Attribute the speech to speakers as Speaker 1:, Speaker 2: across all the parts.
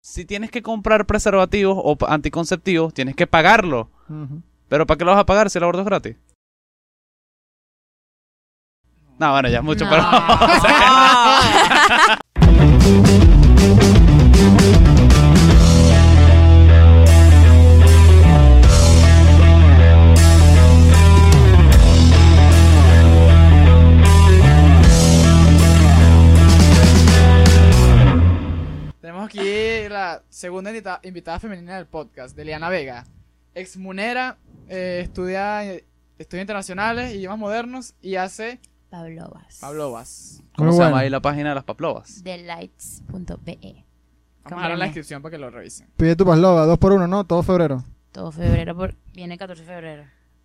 Speaker 1: si tienes que comprar preservativos o pa- anticonceptivos, tienes que pagarlo. Pero ¿para qué lo vas a pagar si el aborto es gratis? No, bueno, ya es mucho,
Speaker 2: No.
Speaker 1: pero... o sea,
Speaker 3: Tenemos aquí la segunda invita- invitada femenina del podcast, Deliana Vega. Exmunera, eh, estudia eh, estudios internacionales y idiomas modernos y hace
Speaker 2: Pavlovas.
Speaker 3: Pavlovas.
Speaker 1: ¿Cómo
Speaker 4: Muy
Speaker 1: se
Speaker 4: bueno.
Speaker 1: llama ahí la página de las paplovas?
Speaker 2: Delights.be.
Speaker 3: Vamos a dejar en la
Speaker 2: Camarón.
Speaker 3: descripción para que lo revisen.
Speaker 4: Pide tu paslova, dos por uno, ¿no? Todo febrero.
Speaker 2: Todo febrero, por... viene el 14 de febrero.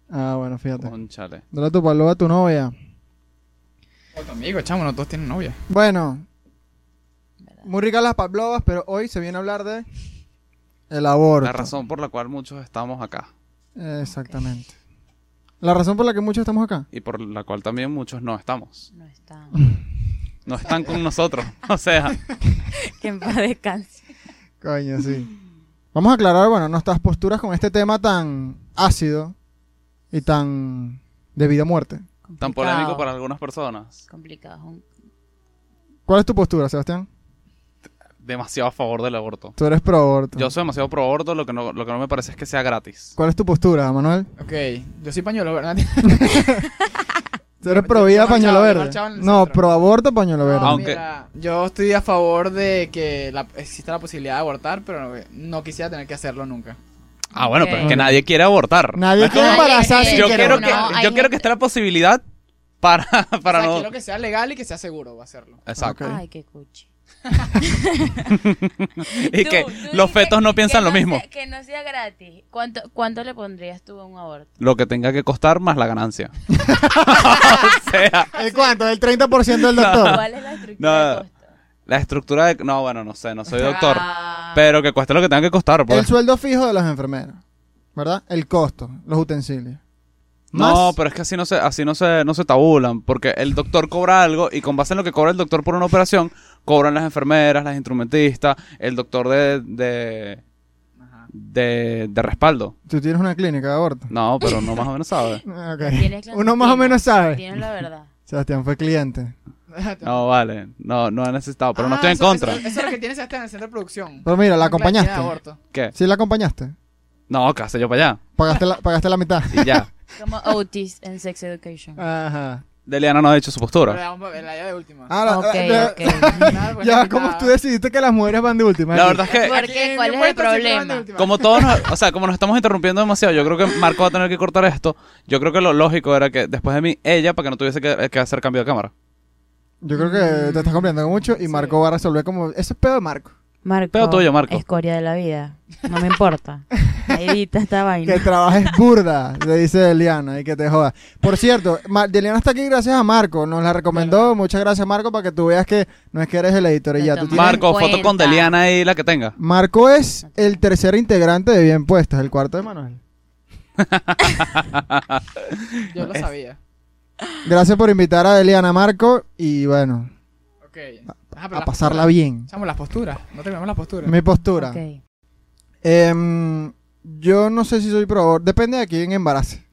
Speaker 4: Ah, bueno, fíjate.
Speaker 1: Conchale.
Speaker 4: Dale tu paslova a tu novia.
Speaker 3: O tu amigo, chamo, no todos tienen novia.
Speaker 4: Bueno, muy ricas las pavlovas, pero hoy se viene a hablar de el aborto.
Speaker 1: La razón por la cual muchos estamos acá.
Speaker 4: Exactamente. La razón por la que muchos estamos acá.
Speaker 1: Y por la cual también muchos no estamos.
Speaker 2: No está.
Speaker 1: No están con nosotros. O sea,
Speaker 2: que en paz descanse.
Speaker 4: Coño, sí. Vamos a aclarar, bueno, nuestras posturas con este tema tan ácido y tan de vida o muerte.
Speaker 1: tan
Speaker 2: Complicado.
Speaker 1: polémico para algunas personas.
Speaker 2: Complicado. es un-
Speaker 4: ¿Cuál es tu postura, Sebastián?
Speaker 1: Demasiado a favor del aborto.
Speaker 4: Tú eres pro aborto.
Speaker 1: Yo soy demasiado pro aborto, lo que no, lo que no me parece es que sea gratis.
Speaker 4: ¿Cuál es tu postura, Manuel?
Speaker 3: Ok, yo soy pañuelo, ¿verdad?
Speaker 4: Tú eres
Speaker 3: Yo-
Speaker 4: pro
Speaker 3: yo
Speaker 4: vida,
Speaker 3: marchaba,
Speaker 4: pañuelo
Speaker 3: yo
Speaker 4: verde.
Speaker 3: marchaba en el
Speaker 4: No,
Speaker 3: centro.
Speaker 4: pro aborto, pañuelo verde.
Speaker 1: Aunque-
Speaker 3: Mira, yo estoy a favor de que la- exista la posibilidad de abortar, pero no, no quisiera tener que hacerlo nunca.
Speaker 1: Ah, bueno, pero es que
Speaker 4: Ok.
Speaker 1: nadie quiere abortar.
Speaker 4: Nadie quiere
Speaker 2: Pues, Nadie
Speaker 4: embarazarse.
Speaker 2: quiere.
Speaker 1: yo
Speaker 2: Sí,
Speaker 1: quiero
Speaker 2: pero
Speaker 1: que,
Speaker 2: no, hay
Speaker 1: yo quiero que
Speaker 2: gente-
Speaker 1: esté la posibilidad para, para
Speaker 3: o sea,
Speaker 1: no.
Speaker 3: quiero que sea legal y que sea seguro hacerlo.
Speaker 1: Exacto.
Speaker 4: Ok.
Speaker 2: Ay, qué cuchi.
Speaker 1: Y
Speaker 2: Tú,
Speaker 1: que
Speaker 2: tú
Speaker 1: los
Speaker 2: dices
Speaker 1: fetos no
Speaker 2: que
Speaker 1: piensan lo mismo.
Speaker 2: sea- que no sea gratis. ¿Cuánto, ¿Cuánto le pondrías tú a un aborto?
Speaker 1: Lo que tenga que costar más la ganancia. o sea,
Speaker 4: ¿El cuánto? ¿El 30% del
Speaker 1: Ah.
Speaker 4: doctor?
Speaker 2: ¿Cuál es la estructura
Speaker 1: No.
Speaker 2: de costo?
Speaker 1: la estructura de. No, bueno, no sé, no soy doctor.
Speaker 2: Ah,
Speaker 1: Pero que cueste lo que tenga que costar,
Speaker 4: El
Speaker 1: pues.
Speaker 4: sueldo fijo de las enfermeras. ¿Verdad? El costo, los utensilios.
Speaker 1: No,
Speaker 4: Más-
Speaker 1: pero es que así no se, así no se, no se tabulan, porque el doctor cobra algo y con base en lo que cobra el doctor por una operación, cobran las enfermeras, las instrumentistas, el doctor de, de,
Speaker 3: Ajá.
Speaker 1: de, de respaldo.
Speaker 4: Tú tienes una clínica de aborto.
Speaker 1: No, pero no más o menos sabe.
Speaker 4: Ah, ok.
Speaker 2: Tienes la
Speaker 4: Uno más o
Speaker 2: rutina,
Speaker 4: menos sabe.
Speaker 2: Tienes la verdad.
Speaker 4: Sebastián fue cliente.
Speaker 1: No, vale, no, no he necesitado, pero no
Speaker 3: Ah,
Speaker 1: estoy en
Speaker 3: eso-
Speaker 1: contra.
Speaker 3: Eso, eso es lo que tienes hasta en el centro de producción.
Speaker 4: Pero mira, la
Speaker 3: Un plan de
Speaker 4: acompañaste.
Speaker 3: aborto.
Speaker 1: ¿Qué?
Speaker 4: Sí, la acompañaste.
Speaker 1: No, casi yo para allá
Speaker 4: Pagaste la, pagaste la mitad.
Speaker 1: y ya.
Speaker 2: Como Otis en Sex Education.
Speaker 4: Ajá.
Speaker 1: Deliana no ha dicho su
Speaker 3: Pero
Speaker 1: postura.
Speaker 3: la vamos a ver, la idea de última.
Speaker 4: Ah, la-
Speaker 2: ok,
Speaker 4: la-
Speaker 2: ok.
Speaker 3: Nada, pues,
Speaker 4: Ya,
Speaker 3: nada.
Speaker 4: ¿cómo tú decidiste que las mujeres van de última?
Speaker 1: La verdad es que,
Speaker 2: ¿Por
Speaker 3: Aquí
Speaker 2: qué?
Speaker 3: en
Speaker 2: ¿Cuál
Speaker 3: mi
Speaker 2: es el
Speaker 3: puerto siempre
Speaker 2: problema?
Speaker 3: van de última.
Speaker 1: como todos, nos- o sea, como nos estamos interrumpiendo demasiado, yo creo que Marco va a tener que cortar esto. Yo creo que lo lógico era que después de mí, ella, para que no tuviese que, que hacer cambio de cámara.
Speaker 4: Yo creo que te estás comprendiendo mucho y Marco va a resolver como... Eso es pedo de Marco.
Speaker 2: Marco.
Speaker 1: Pero tuyo, Marco.
Speaker 2: Escoria de la vida. No me importa. Ahí edita esta vaina.
Speaker 4: Que trabajes burda, le dice Eliana, y que te joda. Por cierto, Ma- Eliana está aquí gracias a Marco, nos la recomendó. Muchas gracias, Marco, para que tú veas que no es que eres el editor y
Speaker 2: Te
Speaker 4: ya. Tú
Speaker 2: tomo.
Speaker 4: tienes-
Speaker 1: Marco, foto con
Speaker 2: cuenta.
Speaker 1: Deliana ahí, la que tenga.
Speaker 4: Marco es el tercer integrante de Bien Puestas, el cuarto de Manuel.
Speaker 3: Yo lo sabía.
Speaker 4: Gracias por invitar a Eliana, Marco, y bueno,
Speaker 3: Ok. Ajá, pero
Speaker 4: a
Speaker 3: las
Speaker 4: pasarla
Speaker 3: posturas.
Speaker 4: bien.
Speaker 3: Chamo, las posturas. No terminamos las posturas.
Speaker 4: Mi postura.
Speaker 2: Ok.
Speaker 4: Em, yo no sé si soy pro aborto. Depende de quién embarace.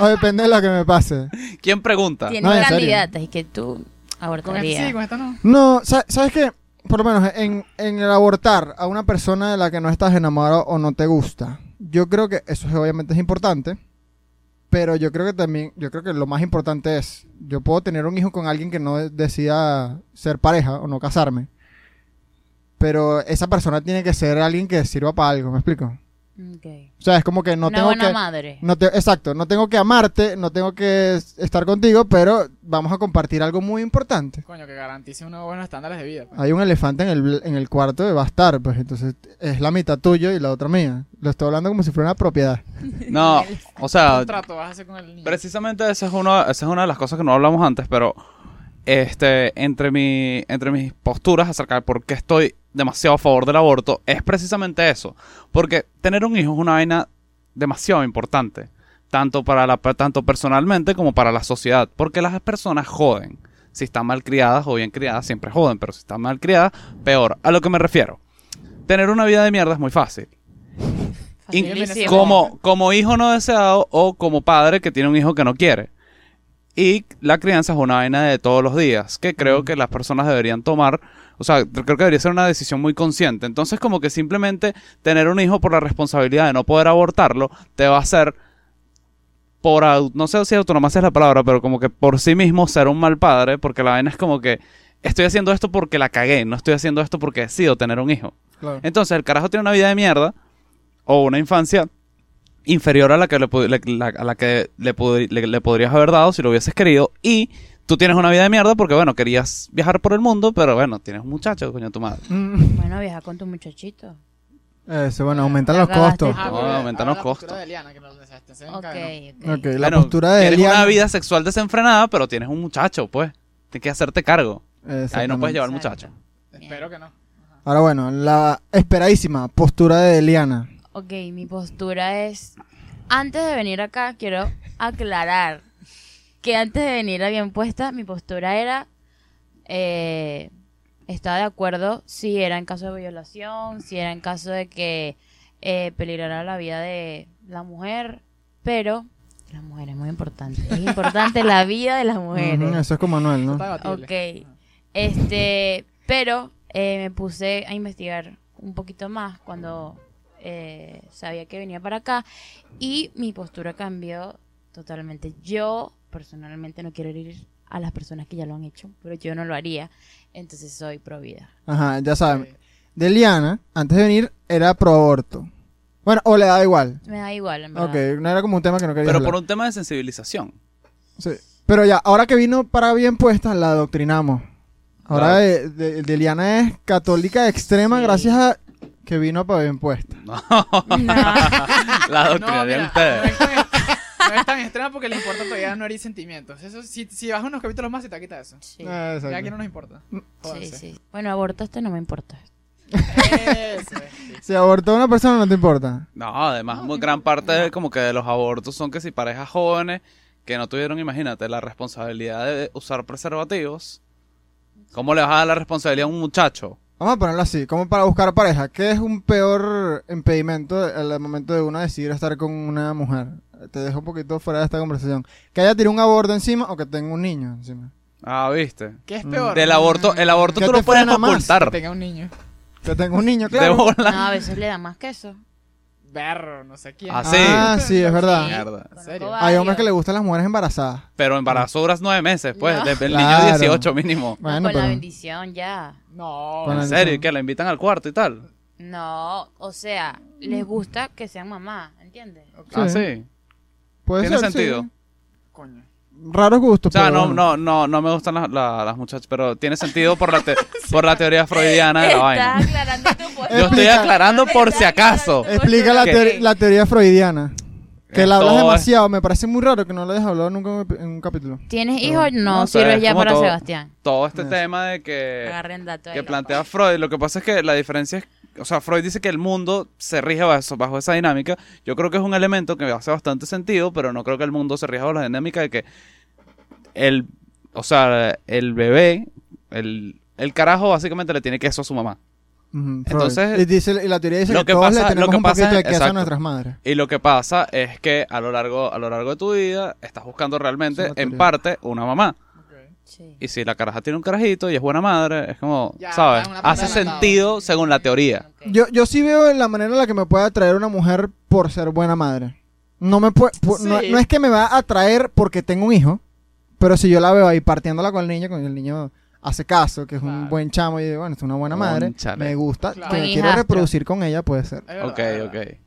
Speaker 4: o depende de lo que me pase.
Speaker 1: ¿Quién pregunta?
Speaker 2: Tienes
Speaker 4: No, en serio.
Speaker 2: candidatas y que tú
Speaker 3: Con esta sí,
Speaker 2: abortarías.
Speaker 3: con esta no.
Speaker 4: No, sa- ¿sabes qué? Por lo menos en, en el abortar a una persona de la que no estás enamorado o no te gusta, yo creo que eso es- obviamente es importante, pero yo creo que también, yo creo que lo más importante es, yo puedo tener un hijo con alguien que no de- decida ser pareja o no casarme, pero esa persona tiene que ser alguien que sirva para algo, ¿me explico?
Speaker 2: Ok.
Speaker 4: O sea, es como que no
Speaker 2: Una
Speaker 4: tengo
Speaker 2: buena
Speaker 4: que...
Speaker 2: madre.
Speaker 4: No te- exacto, no tengo que amarte, no tengo que es- estar contigo, pero vamos a compartir algo muy importante
Speaker 3: Coño, que garantice unos buenos estándares de vida. pues.
Speaker 4: hay un elefante en el, en el cuarto de Bastar, pues entonces es la mitad tuya y la otra mía. Lo estoy hablando como si fuera una propiedad.
Speaker 1: No, o
Speaker 3: ¿Qué
Speaker 1: sea,
Speaker 3: contrato vas a hacer con el niño?
Speaker 1: precisamente esa es, una, esa es una de las cosas que no hablamos antes, pero este, entre, mi, entre mis posturas acerca de por qué estoy demasiado a favor del aborto, es precisamente eso. Porque tener un hijo es una vaina demasiado importante, tanto, para la, tanto personalmente como para la sociedad, porque las personas joden. Si están mal criadas o bien criadas, siempre joden, pero si están mal criadas, peor. A lo que me refiero. Tener una vida de mierda es muy fácil.
Speaker 2: Facilísimo.
Speaker 1: Como, como hijo no deseado o como padre que tiene un hijo que no quiere. Y la crianza es una vaina de todos los días, que creo que las personas deberían tomar. O sea, creo que debería ser una decisión muy consciente. Entonces, como que simplemente tener un hijo por la responsabilidad de no poder abortarlo, te va a hacer, por au- no sé si autonomía es la palabra, pero como que por sí mismo ser un mal padre, porque la vaina es como que estoy haciendo esto porque la cagué, no estoy haciendo esto porque decido tener un hijo.
Speaker 4: Claro.
Speaker 1: Entonces, el carajo tiene una vida de mierda o una infancia inferior a la que le, pu- le- la- a la que le, pudi- le- le podrías haber dado si lo hubieses querido y tú tienes una vida de mierda porque, bueno, querías viajar por el mundo, pero bueno, tienes un muchacho, coño, tu madre.
Speaker 4: Mm,
Speaker 2: Bueno, viaja con tu muchachito.
Speaker 4: Eso, bueno, aumentar los
Speaker 2: La cagaste
Speaker 4: costos.
Speaker 2: tú.
Speaker 1: Ah,
Speaker 3: pero
Speaker 1: bueno,
Speaker 3: ahora
Speaker 1: aumentaron
Speaker 3: la
Speaker 1: costos.
Speaker 3: postura de Eliana, que nos desencadenó.
Speaker 2: Ok,
Speaker 4: Ok,
Speaker 2: ok.
Speaker 4: la
Speaker 1: Bueno,
Speaker 4: postura de
Speaker 1: Tienes
Speaker 4: Elian-
Speaker 1: una vida sexual desenfrenada, pero tienes un muchacho, pues. Tienes que hacerte cargo. Ahí no
Speaker 4: Exactamente.
Speaker 1: puedes llevar al
Speaker 2: Exacto.
Speaker 1: muchacho.
Speaker 3: Espero que no.
Speaker 4: Ahora bueno, la esperadísima postura de Eliana.
Speaker 2: Ok, mi postura es, antes de venir acá, quiero aclarar que antes de venir a Bien Puesta, mi postura era, eh, estaba de acuerdo si era en caso de violación, si era en caso de que eh, peligrara la vida de la mujer, pero la mujer es muy importante, es importante la vida de las mujeres.
Speaker 4: Ujú, eso es con Manuel, ¿no?
Speaker 3: Está debatible.
Speaker 2: Ok. Este, pero eh, me puse a investigar un poquito más cuando eh, sabía que venía para acá y mi postura cambió totalmente. Yo personalmente no quiero herir a las personas que ya lo han hecho, pero yo no lo haría, entonces soy pro vida.
Speaker 4: Ajá, ya saben.
Speaker 3: Eh,
Speaker 4: De Eliana, antes de venir, era pro aborto. Bueno, o le da igual.
Speaker 2: Me da igual, en verdad.
Speaker 4: Ok, no era como un tema que no quería
Speaker 1: Pero
Speaker 4: hablar.
Speaker 1: por un tema de sensibilización.
Speaker 4: Sí. Pero ya, ahora que vino para bien puesta, la adoctrinamos. Ahora
Speaker 1: Claro.
Speaker 4: de, de- de Eliana es católica extrema
Speaker 2: Sí.
Speaker 4: gracias a que vino para bien pues. puesta.
Speaker 1: No,
Speaker 2: No,
Speaker 1: la
Speaker 3: No,
Speaker 1: doctrinarían
Speaker 3: mira, no
Speaker 1: ustedes.
Speaker 3: es tan no es tan extrema porque le importa todavía no herir sentimientos. Eso, si, si bajas unos capítulos más, se te quita eso.
Speaker 2: sí,
Speaker 4: Ah, exacto.
Speaker 3: Ya que no nos importa.
Speaker 2: sí,
Speaker 3: Jódanse.
Speaker 2: sí. Bueno, aborto este no me importa.
Speaker 3: Eso es.
Speaker 4: Si abortó a una persona, no te importa.
Speaker 1: No, además, muy gran parte de, como que de los abortos son que si parejas jóvenes que no tuvieron, imagínate, la responsabilidad de usar preservativos, ¿cómo le vas a dar la responsabilidad a un muchacho?
Speaker 4: Vamos a ponerlo así, como para buscar pareja. ¿Qué es un peor impedimento al momento de uno decidir estar con una mujer? Te dejo un poquito fuera de esta conversación. Que haya tirado un aborto encima o que tenga un niño encima.
Speaker 1: Ah, ¿viste?
Speaker 3: ¿Qué es peor?
Speaker 1: Del aborto, el aborto
Speaker 4: ¿Qué
Speaker 1: tú
Speaker 4: te
Speaker 1: lo puedes
Speaker 4: frena más?
Speaker 3: Que
Speaker 1: ocultar.
Speaker 3: tenga un niño.
Speaker 4: Que tenga un niño,
Speaker 1: De
Speaker 4: claro.
Speaker 1: bola.
Speaker 2: No, a veces le da más que eso.
Speaker 3: Berro, no sé quién.
Speaker 1: Ah, sí.
Speaker 4: Ah, sí, es verdad.
Speaker 1: Mierda.
Speaker 2: Conozco
Speaker 3: serio?
Speaker 4: Hay hombres que le
Speaker 2: varios.
Speaker 4: gustan las mujeres embarazadas.
Speaker 1: Pero embarazó duras nueve meses, pues,
Speaker 2: No.
Speaker 1: de- el niño
Speaker 4: Claro.
Speaker 1: 18 mínimo.
Speaker 2: No,
Speaker 4: Bueno,
Speaker 2: con la
Speaker 4: pero-
Speaker 2: bendición ya.
Speaker 3: No.
Speaker 4: Con
Speaker 1: En
Speaker 4: el-
Speaker 1: serio, ¿y qué? ¿La invitan al cuarto y tal?
Speaker 2: No, o sea, les gusta que sean mamá, ¿entiendes?
Speaker 1: Ah,
Speaker 4: Sí.
Speaker 1: sí.
Speaker 4: Puede
Speaker 1: Tiene
Speaker 4: ser, sí.
Speaker 1: sentido.
Speaker 3: Coño.
Speaker 4: Raros gustos.
Speaker 1: O sea,
Speaker 4: pero
Speaker 1: no, no,
Speaker 4: bueno.
Speaker 1: no, no me gustan las- la- las muchachas, pero tiene sentido por la, te- por la teoría freudiana de la vaina.
Speaker 2: aclarando tu postura.
Speaker 1: Yo estoy
Speaker 4: Explica.
Speaker 1: aclarando por si acaso.
Speaker 4: Explica la,
Speaker 1: ¿Qué?
Speaker 4: teor- la teoría freudiana. Que la hablas
Speaker 1: Todo es-
Speaker 4: demasiado. Me parece muy raro que no la hayas hablado nunca en un ep- en un capítulo.
Speaker 2: ¿Tienes hijos? No,
Speaker 1: No sé,
Speaker 2: sirve
Speaker 1: es
Speaker 2: ya
Speaker 1: como
Speaker 2: para
Speaker 1: todo.
Speaker 2: Sebastián.
Speaker 1: Todo este
Speaker 4: Eso.
Speaker 1: tema de que,
Speaker 2: Agarren dato.
Speaker 1: que Eh, plantea
Speaker 3: pues.
Speaker 1: Freud, lo que pasa es que la diferencia es, o sea, Freud dice que el mundo se rige bajo, bajo esa dinámica. Yo creo que es un elemento que hace bastante sentido, pero no creo que el mundo se rija bajo la dinámica de que el, o sea, el bebé, el, el carajo básicamente le tiene queso a su mamá.
Speaker 4: Ujú, Freud.
Speaker 1: Entonces-
Speaker 4: y, dice, y la teoría dice
Speaker 1: Lo
Speaker 4: que,
Speaker 1: que
Speaker 4: todos
Speaker 1: pasa-
Speaker 4: le
Speaker 1: lo
Speaker 4: tenemos
Speaker 1: que
Speaker 4: un
Speaker 1: pasa
Speaker 4: poquito de
Speaker 1: es-
Speaker 4: queso a
Speaker 1: exacto.
Speaker 4: nuestras madres.
Speaker 1: Y lo que pasa es que a lo largo, a lo largo de tu vida estás buscando
Speaker 4: Es
Speaker 1: realmente,
Speaker 4: una
Speaker 1: en
Speaker 4: teoría.
Speaker 1: parte, una mamá.
Speaker 3: Ok.
Speaker 2: Sí.
Speaker 1: Y si la caraja tiene un carajito y es buena madre, es como,
Speaker 3: Ya,
Speaker 1: ¿sabes?
Speaker 3: da una
Speaker 1: Hace
Speaker 3: patada.
Speaker 1: sentido según la teoría.
Speaker 2: Ok.
Speaker 4: Yo, yo sí veo la manera en la que me puede atraer una mujer por ser buena madre. No, me puede, pu- no,
Speaker 3: Sí.
Speaker 4: no es que me va a atraer porque tengo un hijo, pero si yo la veo ahí partiéndola con el niño, con el niño hace caso, que es un
Speaker 3: Claro.
Speaker 4: buen chamo y digo, bueno, es una buena madre,
Speaker 1: Cónchale.
Speaker 4: me gusta,
Speaker 3: Claro.
Speaker 4: que
Speaker 2: Buen
Speaker 4: quiero
Speaker 2: hijastro.
Speaker 4: reproducir con ella, puede ser.
Speaker 3: Es verdad,
Speaker 1: Ok,
Speaker 3: es verdad.
Speaker 1: ok.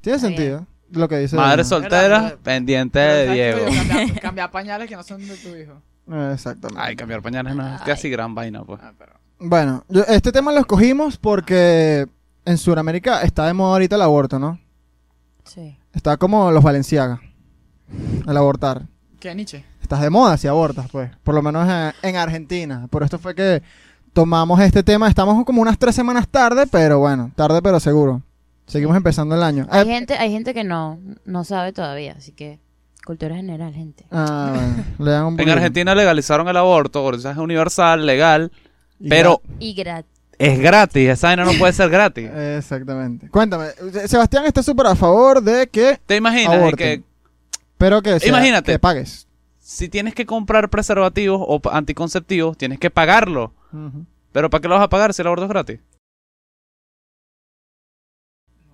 Speaker 4: Tiene
Speaker 2: Está
Speaker 4: sentido lo que dice.
Speaker 1: Madre
Speaker 4: Diana.
Speaker 1: soltera,
Speaker 3: Verdad,
Speaker 1: pendiente
Speaker 3: Pero
Speaker 1: de
Speaker 3: exacto,
Speaker 1: Diego.
Speaker 3: digo, Cambiar, cambiar pañales que no son de tu hijo.
Speaker 4: Eh, Exactamente.
Speaker 1: Ay, cambiar pañales no es
Speaker 2: Ay.
Speaker 1: casi gran vaina, pues.
Speaker 3: Ah, pero.
Speaker 4: Bueno, yo- este tema lo escogimos porque en Sudamérica está de moda ahorita el aborto, ¿no?
Speaker 2: Sí.
Speaker 4: Está como los Valenciaga. El abortar.
Speaker 3: ¿Qué, Nietzsche?
Speaker 4: Estás de moda si abortas, pues. Por lo menos en, en Argentina. Por esto fue que tomamos este tema. Estamos como unas tres semanas tarde, pero bueno, tarde pero seguro. Seguimos empezando el año.
Speaker 2: Hay
Speaker 4: Eh,
Speaker 2: gente, hay gente que no, no sabe todavía, así que cultura general, gente.
Speaker 4: ah, bueno, le dan un
Speaker 1: En
Speaker 4: poquito.
Speaker 1: Argentina legalizaron el aborto, o sea, es universal, legal,
Speaker 4: Y
Speaker 1: pero
Speaker 2: Y gratis.
Speaker 1: Es gratis, esa vaina no puede ser gratis.
Speaker 4: Exactamente. Cuéntame, Se- Sebastián está súper a favor de que,
Speaker 1: ¿Te imaginas de
Speaker 4: Aborten.
Speaker 1: que
Speaker 4: pero que, sea-
Speaker 1: Imagínate.
Speaker 4: que pagues.
Speaker 1: si tienes que comprar preservativos o pa- anticonceptivos, tienes que pagarlo? ¿Pero para qué lo vas a pagar si el aborto es gratis?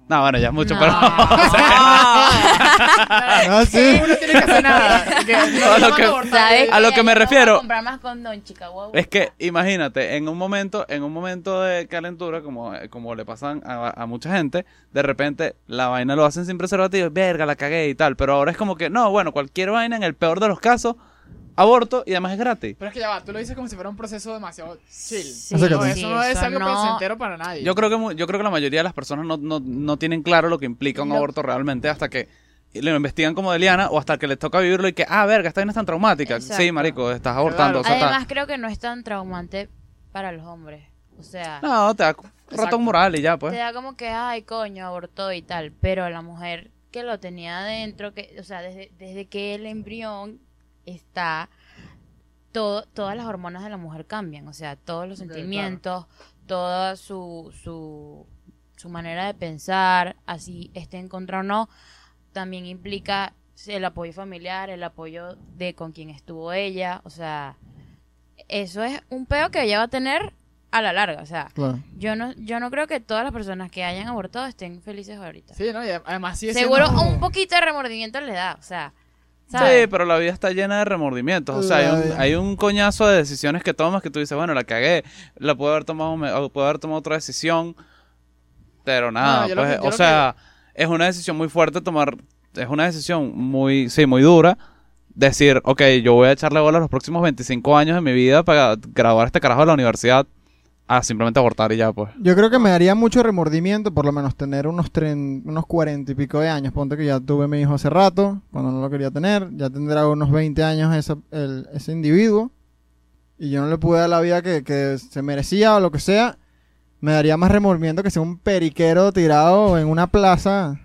Speaker 1: No, bueno, ya es mucho,
Speaker 2: No.
Speaker 1: pero... o sea,
Speaker 4: Ah, sí.
Speaker 3: Uno tiene que hacer nada. que no
Speaker 1: A lo
Speaker 3: van
Speaker 1: que-
Speaker 3: abortar,
Speaker 2: ¿Sabes?
Speaker 3: eh,
Speaker 1: A lo que me
Speaker 2: Yo voy
Speaker 1: refiero-
Speaker 2: A comprar más condón, chica, guau.
Speaker 1: es que imagínate, en un momento, en un momento de calentura, como, como le pasan a, a mucha gente, de repente la vaina lo hacen sin preservativos, verga, la cagué y tal. Pero ahora es como que, no, bueno, cualquier vaina, en el peor de los casos, aborto y además es gratis.
Speaker 3: Pero es que ya va, tú lo dices como si fuera un proceso demasiado chill.
Speaker 2: Sí,
Speaker 4: Acércate.
Speaker 3: no, eso no es
Speaker 2: eso
Speaker 3: algo
Speaker 2: no-
Speaker 3: placentero para nadie.
Speaker 1: Yo creo que mu- yo creo que la mayoría de las personas no, no, no tienen claro lo que implica un
Speaker 2: No.
Speaker 1: aborto realmente hasta que lo investigan como de liana o hasta que les toca vivirlo y que, ah, verga, esta vaina es tan traumática. Sí,
Speaker 2: Exacto.
Speaker 1: marico, estás abortando. o sea,
Speaker 2: Además, creo que no es tan traumante para los hombres. O sea,
Speaker 1: está- No, te da cu-
Speaker 3: Exacto.
Speaker 1: ratón moral y
Speaker 3: Ah,
Speaker 1: ya, pues.
Speaker 2: te da como que, ay, coño, abortó y tal. Pero la mujer que lo tenía adentro, que, o sea, desde, desde que el embrión está, todo, todas las hormonas de la mujer cambian. O sea, todos los
Speaker 3: Ok, claro.
Speaker 2: sentimientos, toda su, su, su manera de pensar, así esté en contra o no, también implica el apoyo familiar, el apoyo de con quien estuvo ella. O sea, eso es un peo que ella va a tener a la larga. O sea,
Speaker 4: Claro.
Speaker 2: yo no, yo no creo que todas las personas que hayan abortado estén felices ahorita.
Speaker 3: Sí, ¿no? Y además sí es
Speaker 2: Seguro
Speaker 3: siendo-
Speaker 2: un poquito de remordimiento le da, o sea, ¿sabes?
Speaker 1: Sí, pero la vida está llena de remordimientos. O sea,
Speaker 4: La
Speaker 1: hay un,
Speaker 4: vida.
Speaker 1: hay un coñazo de decisiones que tomas que tú dices, bueno, la cagué, la puedo haber tomado, me- o puedo haber tomado otra decisión, pero nada,
Speaker 3: No, yo lo
Speaker 1: pues,
Speaker 3: que- yo
Speaker 1: o
Speaker 3: lo
Speaker 1: sea, es una decisión muy fuerte tomar, es una decisión muy, sí, muy dura. Decir, ok, yo voy a echarle bola los próximos 25 años de mi vida para graduar a este carajo de la universidad a simplemente abortar y ya, pues.
Speaker 4: Yo creo que me daría mucho remordimiento, por lo menos tener unos, tren, unos 40 y pico de años. Ponte que ya tuve mi hijo hace rato, cuando no lo quería tener. Ya tendrá unos 20 años esa- el- ese individuo. Y yo no le pude dar la vida que, que se merecía o lo que sea. Me daría más remordimiento que sea un periquero tirado en una plaza.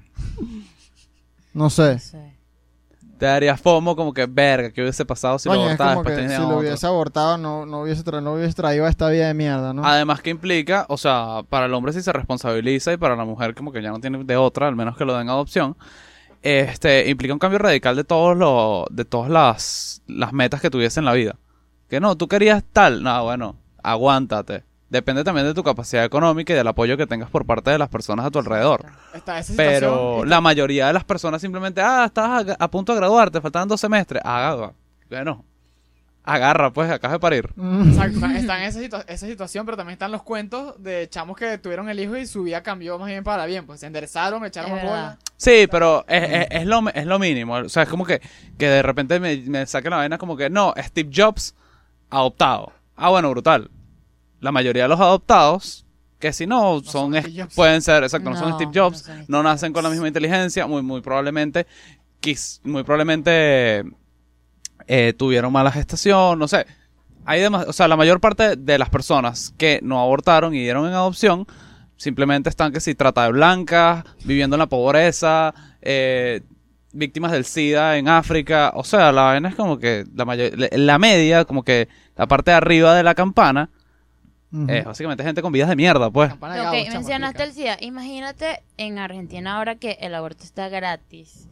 Speaker 4: No sé.
Speaker 1: pues,
Speaker 2: Sí.
Speaker 1: Te daría fomo como que, verga, ¿qué hubiese pasado si lo
Speaker 4: Coño, es
Speaker 1: abortabas?
Speaker 4: como
Speaker 1: Después
Speaker 4: que
Speaker 1: tenías
Speaker 4: si lo
Speaker 1: otro.
Speaker 4: hubiese abortado, no, no, hubiese tra- no hubiese traído a esta vida de mierda, ¿no?
Speaker 1: Además que implica, o sea, para el hombre sí se responsabiliza y para la mujer como que ya no tiene de otra, al menos que lo den adopción. Este, implica un cambio radical de todos los, de todas las, las metas que tuviese en la vida. Que no, tú querías tal, no, bueno, aguántate. Depende también de tu capacidad económica y del apoyo que tengas por parte de las personas a tu alrededor.
Speaker 3: Está esa situación.
Speaker 1: Pero la mayoría de las personas simplemente, ah, estabas a, a punto de graduarte, faltaban dos semestres. Haga, bueno, agarra pues, acabas de parir.
Speaker 4: Mm.
Speaker 3: Exacto, está- está en esa, situa- esa situación, pero también están los cuentos de chamos que tuvieron el hijo y su vida cambió más bien para bien. Pues se enderezaron, echaron
Speaker 2: Es
Speaker 3: más
Speaker 2: verdad.
Speaker 3: bola.
Speaker 1: Sí, pero es, es- es lo, es lo mínimo. O sea, es como que, que de repente me, me saquen la vaina como que, no, Steve Jobs adoptado. Ah, bueno, brutal. La mayoría de los adoptados, que si no, son,
Speaker 3: son
Speaker 1: es-
Speaker 3: Steve Jobs.
Speaker 1: pueden ser, exacto, no, son
Speaker 2: No,
Speaker 1: Steve Jobs,
Speaker 2: no son
Speaker 1: no,
Speaker 2: Steve
Speaker 1: nacen con la misma inteligencia, muy, muy probablemente, quiz- muy probablemente eh, tuvieron mala gestación, no sé. Hay demas- o sea, la mayor parte de las personas que no abortaron y dieron en adopción simplemente están que si trata de blancas, viviendo en la pobreza, eh, víctimas del SIDA en África. O sea, la vaina es como que la, mayor- la- la media, como que la parte de arriba de la campana,
Speaker 4: Ujú.
Speaker 1: es básicamente gente con vidas de mierda, pues.
Speaker 3: Campana de
Speaker 2: Lo
Speaker 3: Gauss,
Speaker 2: que
Speaker 3: chamo,
Speaker 2: mencionaste el
Speaker 3: explica.
Speaker 2: SIDA, imagínate en Argentina ahora que el aborto está gratis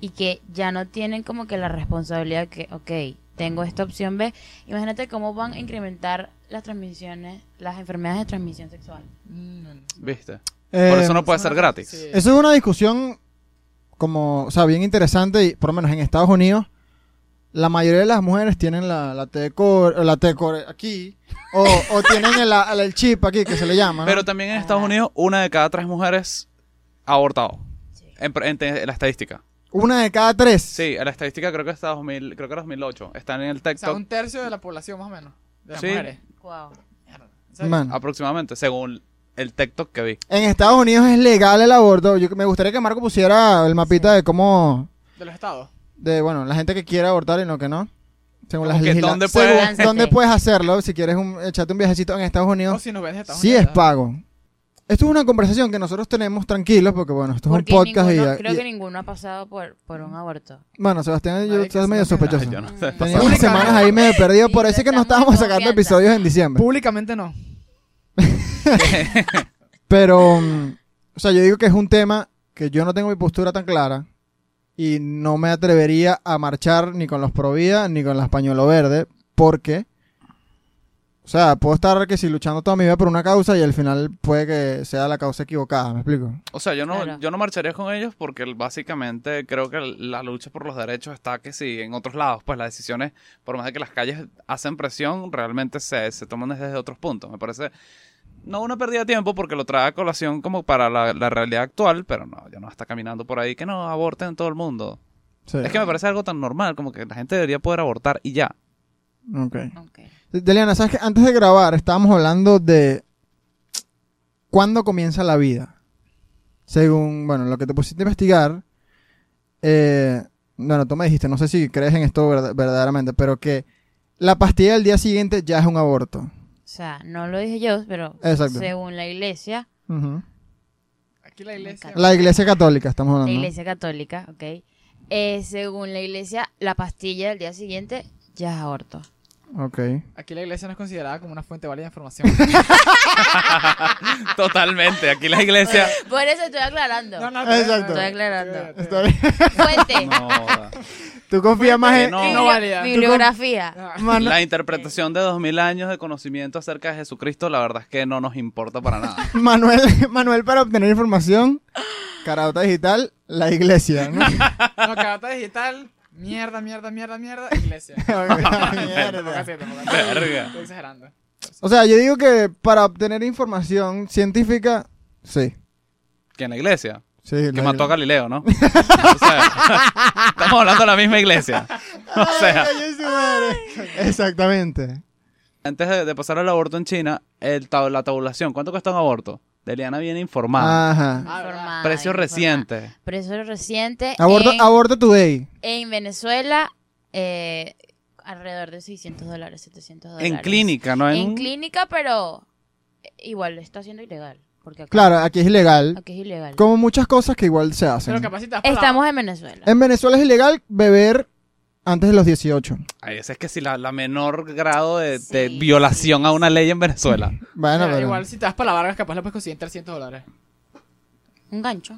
Speaker 2: y que ya no tienen como que la responsabilidad que, ok, tengo esta opción B, imagínate cómo van a incrementar las transmisiones, las enfermedades de transmisión sexual.
Speaker 3: Mm,
Speaker 1: ¿Viste?
Speaker 4: Eh,
Speaker 1: Por eso no puede
Speaker 3: es
Speaker 1: ser
Speaker 3: una-
Speaker 1: gratis.
Speaker 3: sí.
Speaker 4: Eso es una discusión como, o sea, bien interesante y por lo menos en Estados Unidos la mayoría de las mujeres tienen la, la T-core, o la T-core aquí o, o tienen el, el- el chip aquí que se le llama. ¿no?
Speaker 1: Pero también en Estados
Speaker 2: Ah.
Speaker 1: Unidos, una de cada tres mujeres ha abortado.
Speaker 2: Sí.
Speaker 1: En, pre- en te- en la estadística.
Speaker 4: una de cada tres.
Speaker 1: Sí, en la estadística creo que hasta 2000, creo que era 2008. Están en el
Speaker 3: O sea,
Speaker 1: TikTok
Speaker 3: un tercio de la población más o menos. De las
Speaker 1: Sí.
Speaker 3: mujeres.
Speaker 2: Wow.
Speaker 3: Mierda, ¿en serio?
Speaker 4: Man.
Speaker 1: Ah. aproximadamente, según el TikTok que vi.
Speaker 4: En Estados Unidos es legal el aborto. Yo me gustaría que Marco pusiera el mapita de cómo
Speaker 3: De los estados.
Speaker 4: de bueno, la gente que quiere abortar y no que no. Según
Speaker 1: Como
Speaker 4: las
Speaker 1: que
Speaker 4: legisla-
Speaker 1: dónde
Speaker 4: según
Speaker 1: puedes-
Speaker 4: dónde puedes hacerlo si quieres un, echarte un viajecito en Estados Unidos.
Speaker 3: O si nos ven de Oh, Estados
Speaker 4: Sí
Speaker 3: Unidos,
Speaker 4: es
Speaker 3: ya.
Speaker 4: pago. Esto es una conversación que nosotros tenemos tranquilos porque, bueno, esto
Speaker 2: Porque
Speaker 4: es un podcast
Speaker 2: ninguno-
Speaker 4: y,
Speaker 2: creo
Speaker 4: y-
Speaker 2: que ninguno ha pasado por, por un aborto.
Speaker 4: Bueno, Sebastián, yo
Speaker 3: Marica,
Speaker 4: estás
Speaker 3: eso
Speaker 4: medio
Speaker 3: no tiene nada.
Speaker 4: sospechoso.
Speaker 1: Yo no sé.
Speaker 4: Tenía
Speaker 3: Pasado.
Speaker 4: unas semanas ahí medio perdido,
Speaker 2: Sí,
Speaker 4: por eso es que no
Speaker 2: estamos en
Speaker 4: estábamos sacando
Speaker 2: confianza.
Speaker 4: episodios en diciembre.
Speaker 3: Públicamente no.
Speaker 4: Pero, mm, o sea, yo digo que es un tema que yo no tengo mi postura tan clara y no me atrevería a marchar ni con los pro vida ni con las pañuelo verde porque, o sea, puedo estar que si luchando toda mi vida por una causa y al final puede que sea la causa equivocada, ¿me explico?
Speaker 1: O sea, yo no,
Speaker 2: Claro.
Speaker 1: yo no marcharía con ellos porque el- básicamente creo que el- la lucha por los derechos está que sí, en otros lados, pues las decisiones, por más de que las calles hacen presión, realmente se, se toman desde otros puntos. Me parece no una pérdida de tiempo porque lo trae a colación como para la, la realidad actual, pero no, ya no está caminando por ahí que no aborten todo el mundo.
Speaker 4: Sí.
Speaker 1: Es que me parece algo tan normal, como que la gente debería poder abortar y ya.
Speaker 4: Ok.
Speaker 2: Ok.
Speaker 4: Deliana, ¿sabes que Antes de grabar estábamos hablando de cuándo comienza la vida. Según, bueno, lo que te pusiste a investigar, eh, bueno, tú me dijiste, no sé si crees en esto verda- verdaderamente, pero que la pastilla del día siguiente ya es un aborto.
Speaker 2: O sea, no lo dije yo, pero
Speaker 4: Exacto.
Speaker 2: según la iglesia,
Speaker 4: Ujú.
Speaker 3: Aquí la iglesia.
Speaker 4: La iglesia católica, estamos
Speaker 2: la
Speaker 4: hablando. ¿no?
Speaker 2: iglesia católica, ok. eh, según la iglesia, la pastilla del día siguiente ya es aborto.
Speaker 4: Ok.
Speaker 3: Aquí la iglesia no es considerada como una fuente válida de información.
Speaker 1: Totalmente, aquí la iglesia...
Speaker 2: Por eso estoy aclarando.
Speaker 3: No, no,
Speaker 4: Exacto.
Speaker 2: Estoy aclarando.
Speaker 4: Está bien.
Speaker 2: Fuente.
Speaker 1: No, joda.
Speaker 4: Tú confías más en...
Speaker 1: No.
Speaker 2: Bibli-
Speaker 3: No Ah, válida.
Speaker 2: Bibliografía.
Speaker 4: Mano-
Speaker 1: La interpretación de dos mil años de conocimiento acerca de Jesucristo, la verdad es que no nos importa para nada.
Speaker 4: Manuel, Manuel, para obtener información, Carauta Digital, la iglesia, ¿no?
Speaker 3: No, carota digital. Mierda, mierda, mierda, mierda. Iglesia. Tampoco
Speaker 4: Mierda.
Speaker 3: así, tampoco así.
Speaker 1: Verga.
Speaker 3: Estoy exagerando.
Speaker 4: O sea, yo digo que para obtener información científica, sí.
Speaker 1: Que en la iglesia.
Speaker 4: sí
Speaker 1: Que
Speaker 4: la-
Speaker 1: mató a Galileo, ¿no? O sea, estamos hablando de la misma iglesia. O sea,
Speaker 4: Ay, su madre. Exactamente.
Speaker 1: antes de, de pasar al aborto en China, el tab- la tabulación, ¿cuánto cuesta un aborto? Deliana viene informada.
Speaker 4: Ajá.
Speaker 2: Informada,
Speaker 1: Precio
Speaker 2: informada.
Speaker 1: reciente.
Speaker 2: Precio reciente.
Speaker 4: Aborto,
Speaker 2: en,
Speaker 4: aborto today.
Speaker 2: en Venezuela, eh, alrededor de 600 dólares, 700 dólares.
Speaker 1: En clínica, ¿no? En,
Speaker 2: En clínica, pero eh, igual está siendo ilegal. Porque acá,
Speaker 4: Claro, aquí es ilegal.
Speaker 2: aquí es ilegal.
Speaker 4: Como muchas cosas que igual se
Speaker 3: Pero
Speaker 4: hacen.
Speaker 3: capaz si te has parado.
Speaker 2: Estamos en Venezuela.
Speaker 4: En Venezuela es ilegal beber antes de los 18.
Speaker 1: Ay, ese es que si la, la menor grado de, de
Speaker 2: Sí,
Speaker 1: violación a una ley en Venezuela.
Speaker 4: Bueno,
Speaker 3: Pero
Speaker 4: Ah, pero-
Speaker 3: eh, Igual si te das para la verga, capaz la puedes conseguir en 300 dólares.
Speaker 2: Un gancho.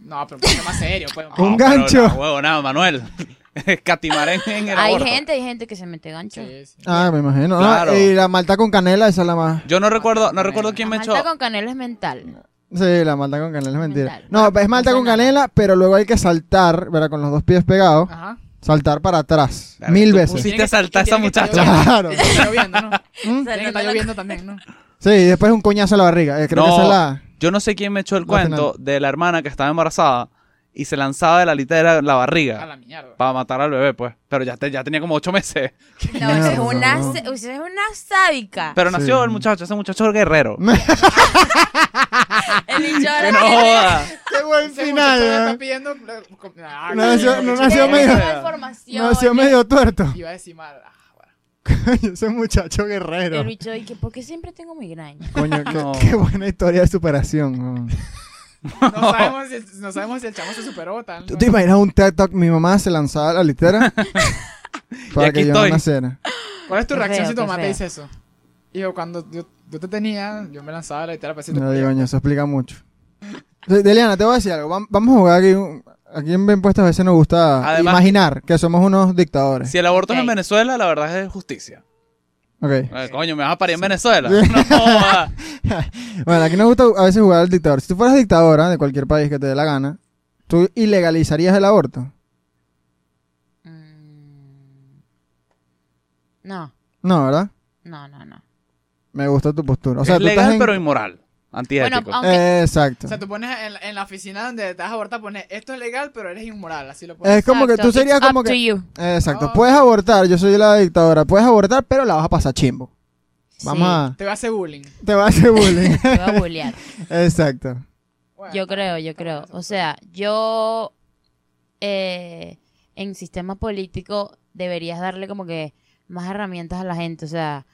Speaker 3: No, pero un problema serio. Pues,
Speaker 4: Un
Speaker 1: No, pero
Speaker 4: gancho.
Speaker 1: la huevonada, Manuel. Escatimar en, en el
Speaker 2: Hay
Speaker 1: aborto.
Speaker 2: gente, hay gente que se mete gancho.
Speaker 3: Sí, sí.
Speaker 4: Ah, me imagino. ¿no?
Speaker 1: Claro.
Speaker 4: Y la malta con canela, esa es la más.
Speaker 1: Yo no recuerdo, no recuerdo quién
Speaker 2: La
Speaker 1: me echó.
Speaker 2: malta con canela es mental.
Speaker 4: Sí, la malta con canela es mentira.
Speaker 2: Mental.
Speaker 4: No,
Speaker 3: Ah,
Speaker 4: es malta
Speaker 2: No
Speaker 4: con
Speaker 2: suena.
Speaker 4: canela, pero luego hay que saltar, ¿verdad? Con los dos pies pegados.
Speaker 3: Ajá.
Speaker 4: Saltar para atrás.
Speaker 1: Claro,
Speaker 4: Mil
Speaker 1: tú
Speaker 4: veces.
Speaker 1: pusiste- Hiciste saltar a esa
Speaker 3: Tiene que estar
Speaker 1: muchacha.
Speaker 4: Claro.
Speaker 3: lloviendo, Está lloviendo, ¿no?
Speaker 4: ¿Mm?
Speaker 3: Tiene que estar lloviendo también, ¿no?
Speaker 4: Sí, y después un coñazo a la barriga. Eh, creo que
Speaker 1: No,
Speaker 4: esa es la.
Speaker 1: Yo no sé quién me echó el
Speaker 4: La
Speaker 1: cuento de la hermana que estaba embarazada y se lanzaba de la litera la barriga.
Speaker 3: A la mierda.
Speaker 1: Para matar al bebé, pues. Pero ya, te- ya tenía como ocho meses.
Speaker 2: No, usted es
Speaker 4: Mierda,
Speaker 2: una,
Speaker 4: no.
Speaker 2: usted es una sádica.
Speaker 1: Pero
Speaker 4: Sí.
Speaker 1: nació el muchacho, ese muchacho es guerrero.
Speaker 2: El bicho ahora
Speaker 1: ¡Que no
Speaker 2: tiene-
Speaker 1: joda!
Speaker 4: Qué buen
Speaker 3: Ese muchacho le
Speaker 4: final, ¿eh?
Speaker 3: está pidiendo... Ah,
Speaker 4: No nació- no
Speaker 3: coño,
Speaker 4: nació
Speaker 2: tiene
Speaker 4: medio-
Speaker 2: nuevas formaciones.
Speaker 4: Nació medio tuerto.
Speaker 3: Iba a decir mal. Ah, bueno.
Speaker 4: Ese muchacho guerrero.
Speaker 2: El bicho, ¿y que por qué siempre tengo migraña?
Speaker 4: Coño, qué,
Speaker 1: No.
Speaker 4: qué buena historia de superación. ¿no?
Speaker 3: No sabemos si, no sabemos si el chamo se superó o tal.
Speaker 4: ¿Tú te imaginas un TED Talk? Mi mamá se lanzaba a la litera para
Speaker 1: aquí
Speaker 4: que yo
Speaker 1: estoy.
Speaker 4: no naciera.
Speaker 3: ¿Cuál es tu
Speaker 2: Qué
Speaker 3: reacción
Speaker 2: feo,
Speaker 3: si tu
Speaker 2: qué
Speaker 3: mamá te
Speaker 2: feo.
Speaker 3: dice eso? Y yo, cuando yo, yo te tenía, yo me lanzaba a la guitarra pues, para decirte...
Speaker 4: No, digo, coño, eso explica mucho. Sí, Deliana, te voy a decir algo. Vam- Vamos a jugar aquí. un- Aquí en Ben Puestas a veces nos gusta
Speaker 1: Además-
Speaker 4: imaginar que somos unos dictadores.
Speaker 1: Si el aborto es en
Speaker 2: Ok.
Speaker 1: Venezuela, la verdad es justicia.
Speaker 4: Ok.
Speaker 1: Eh, Coño, me vas a parir en Venezuela. No joda.
Speaker 4: Bueno, aquí nos gusta a veces jugar al dictador. Si tú fueras dictadora de cualquier país que te dé la gana, ¿tú ilegalizarías el aborto?
Speaker 2: Mm. No,
Speaker 4: No, ¿verdad?
Speaker 2: no, no, no.
Speaker 4: Me gusta tu postura. O sea,
Speaker 1: es
Speaker 4: tú estás
Speaker 1: legal,
Speaker 4: en-
Speaker 1: pero inmoral. Antiético.
Speaker 2: Bueno, aunque-
Speaker 4: Eh, Exacto.
Speaker 3: O sea, tú pones en, en la oficina donde te vas a abortar, pones esto es legal, pero eres inmoral, así lo pones.
Speaker 4: Es como que tú
Speaker 2: Exacto,
Speaker 4: serías
Speaker 2: it's
Speaker 4: como
Speaker 2: up to
Speaker 4: que...
Speaker 2: you.
Speaker 4: Exacto.
Speaker 3: Oh.
Speaker 4: Puedes abortar, yo soy la dictadora. Puedes abortar, pero la vas a pasar chimbo. Vamos a...
Speaker 3: Te va a hacer bullying.
Speaker 4: Te vas a hacer bullying.
Speaker 2: Sí, te voy a bullear.
Speaker 4: Exacto.
Speaker 3: Bueno,
Speaker 2: Yo creo, yo creo. O sea, yo eh, en sistema político deberías darle como que más herramientas a la gente. O sea,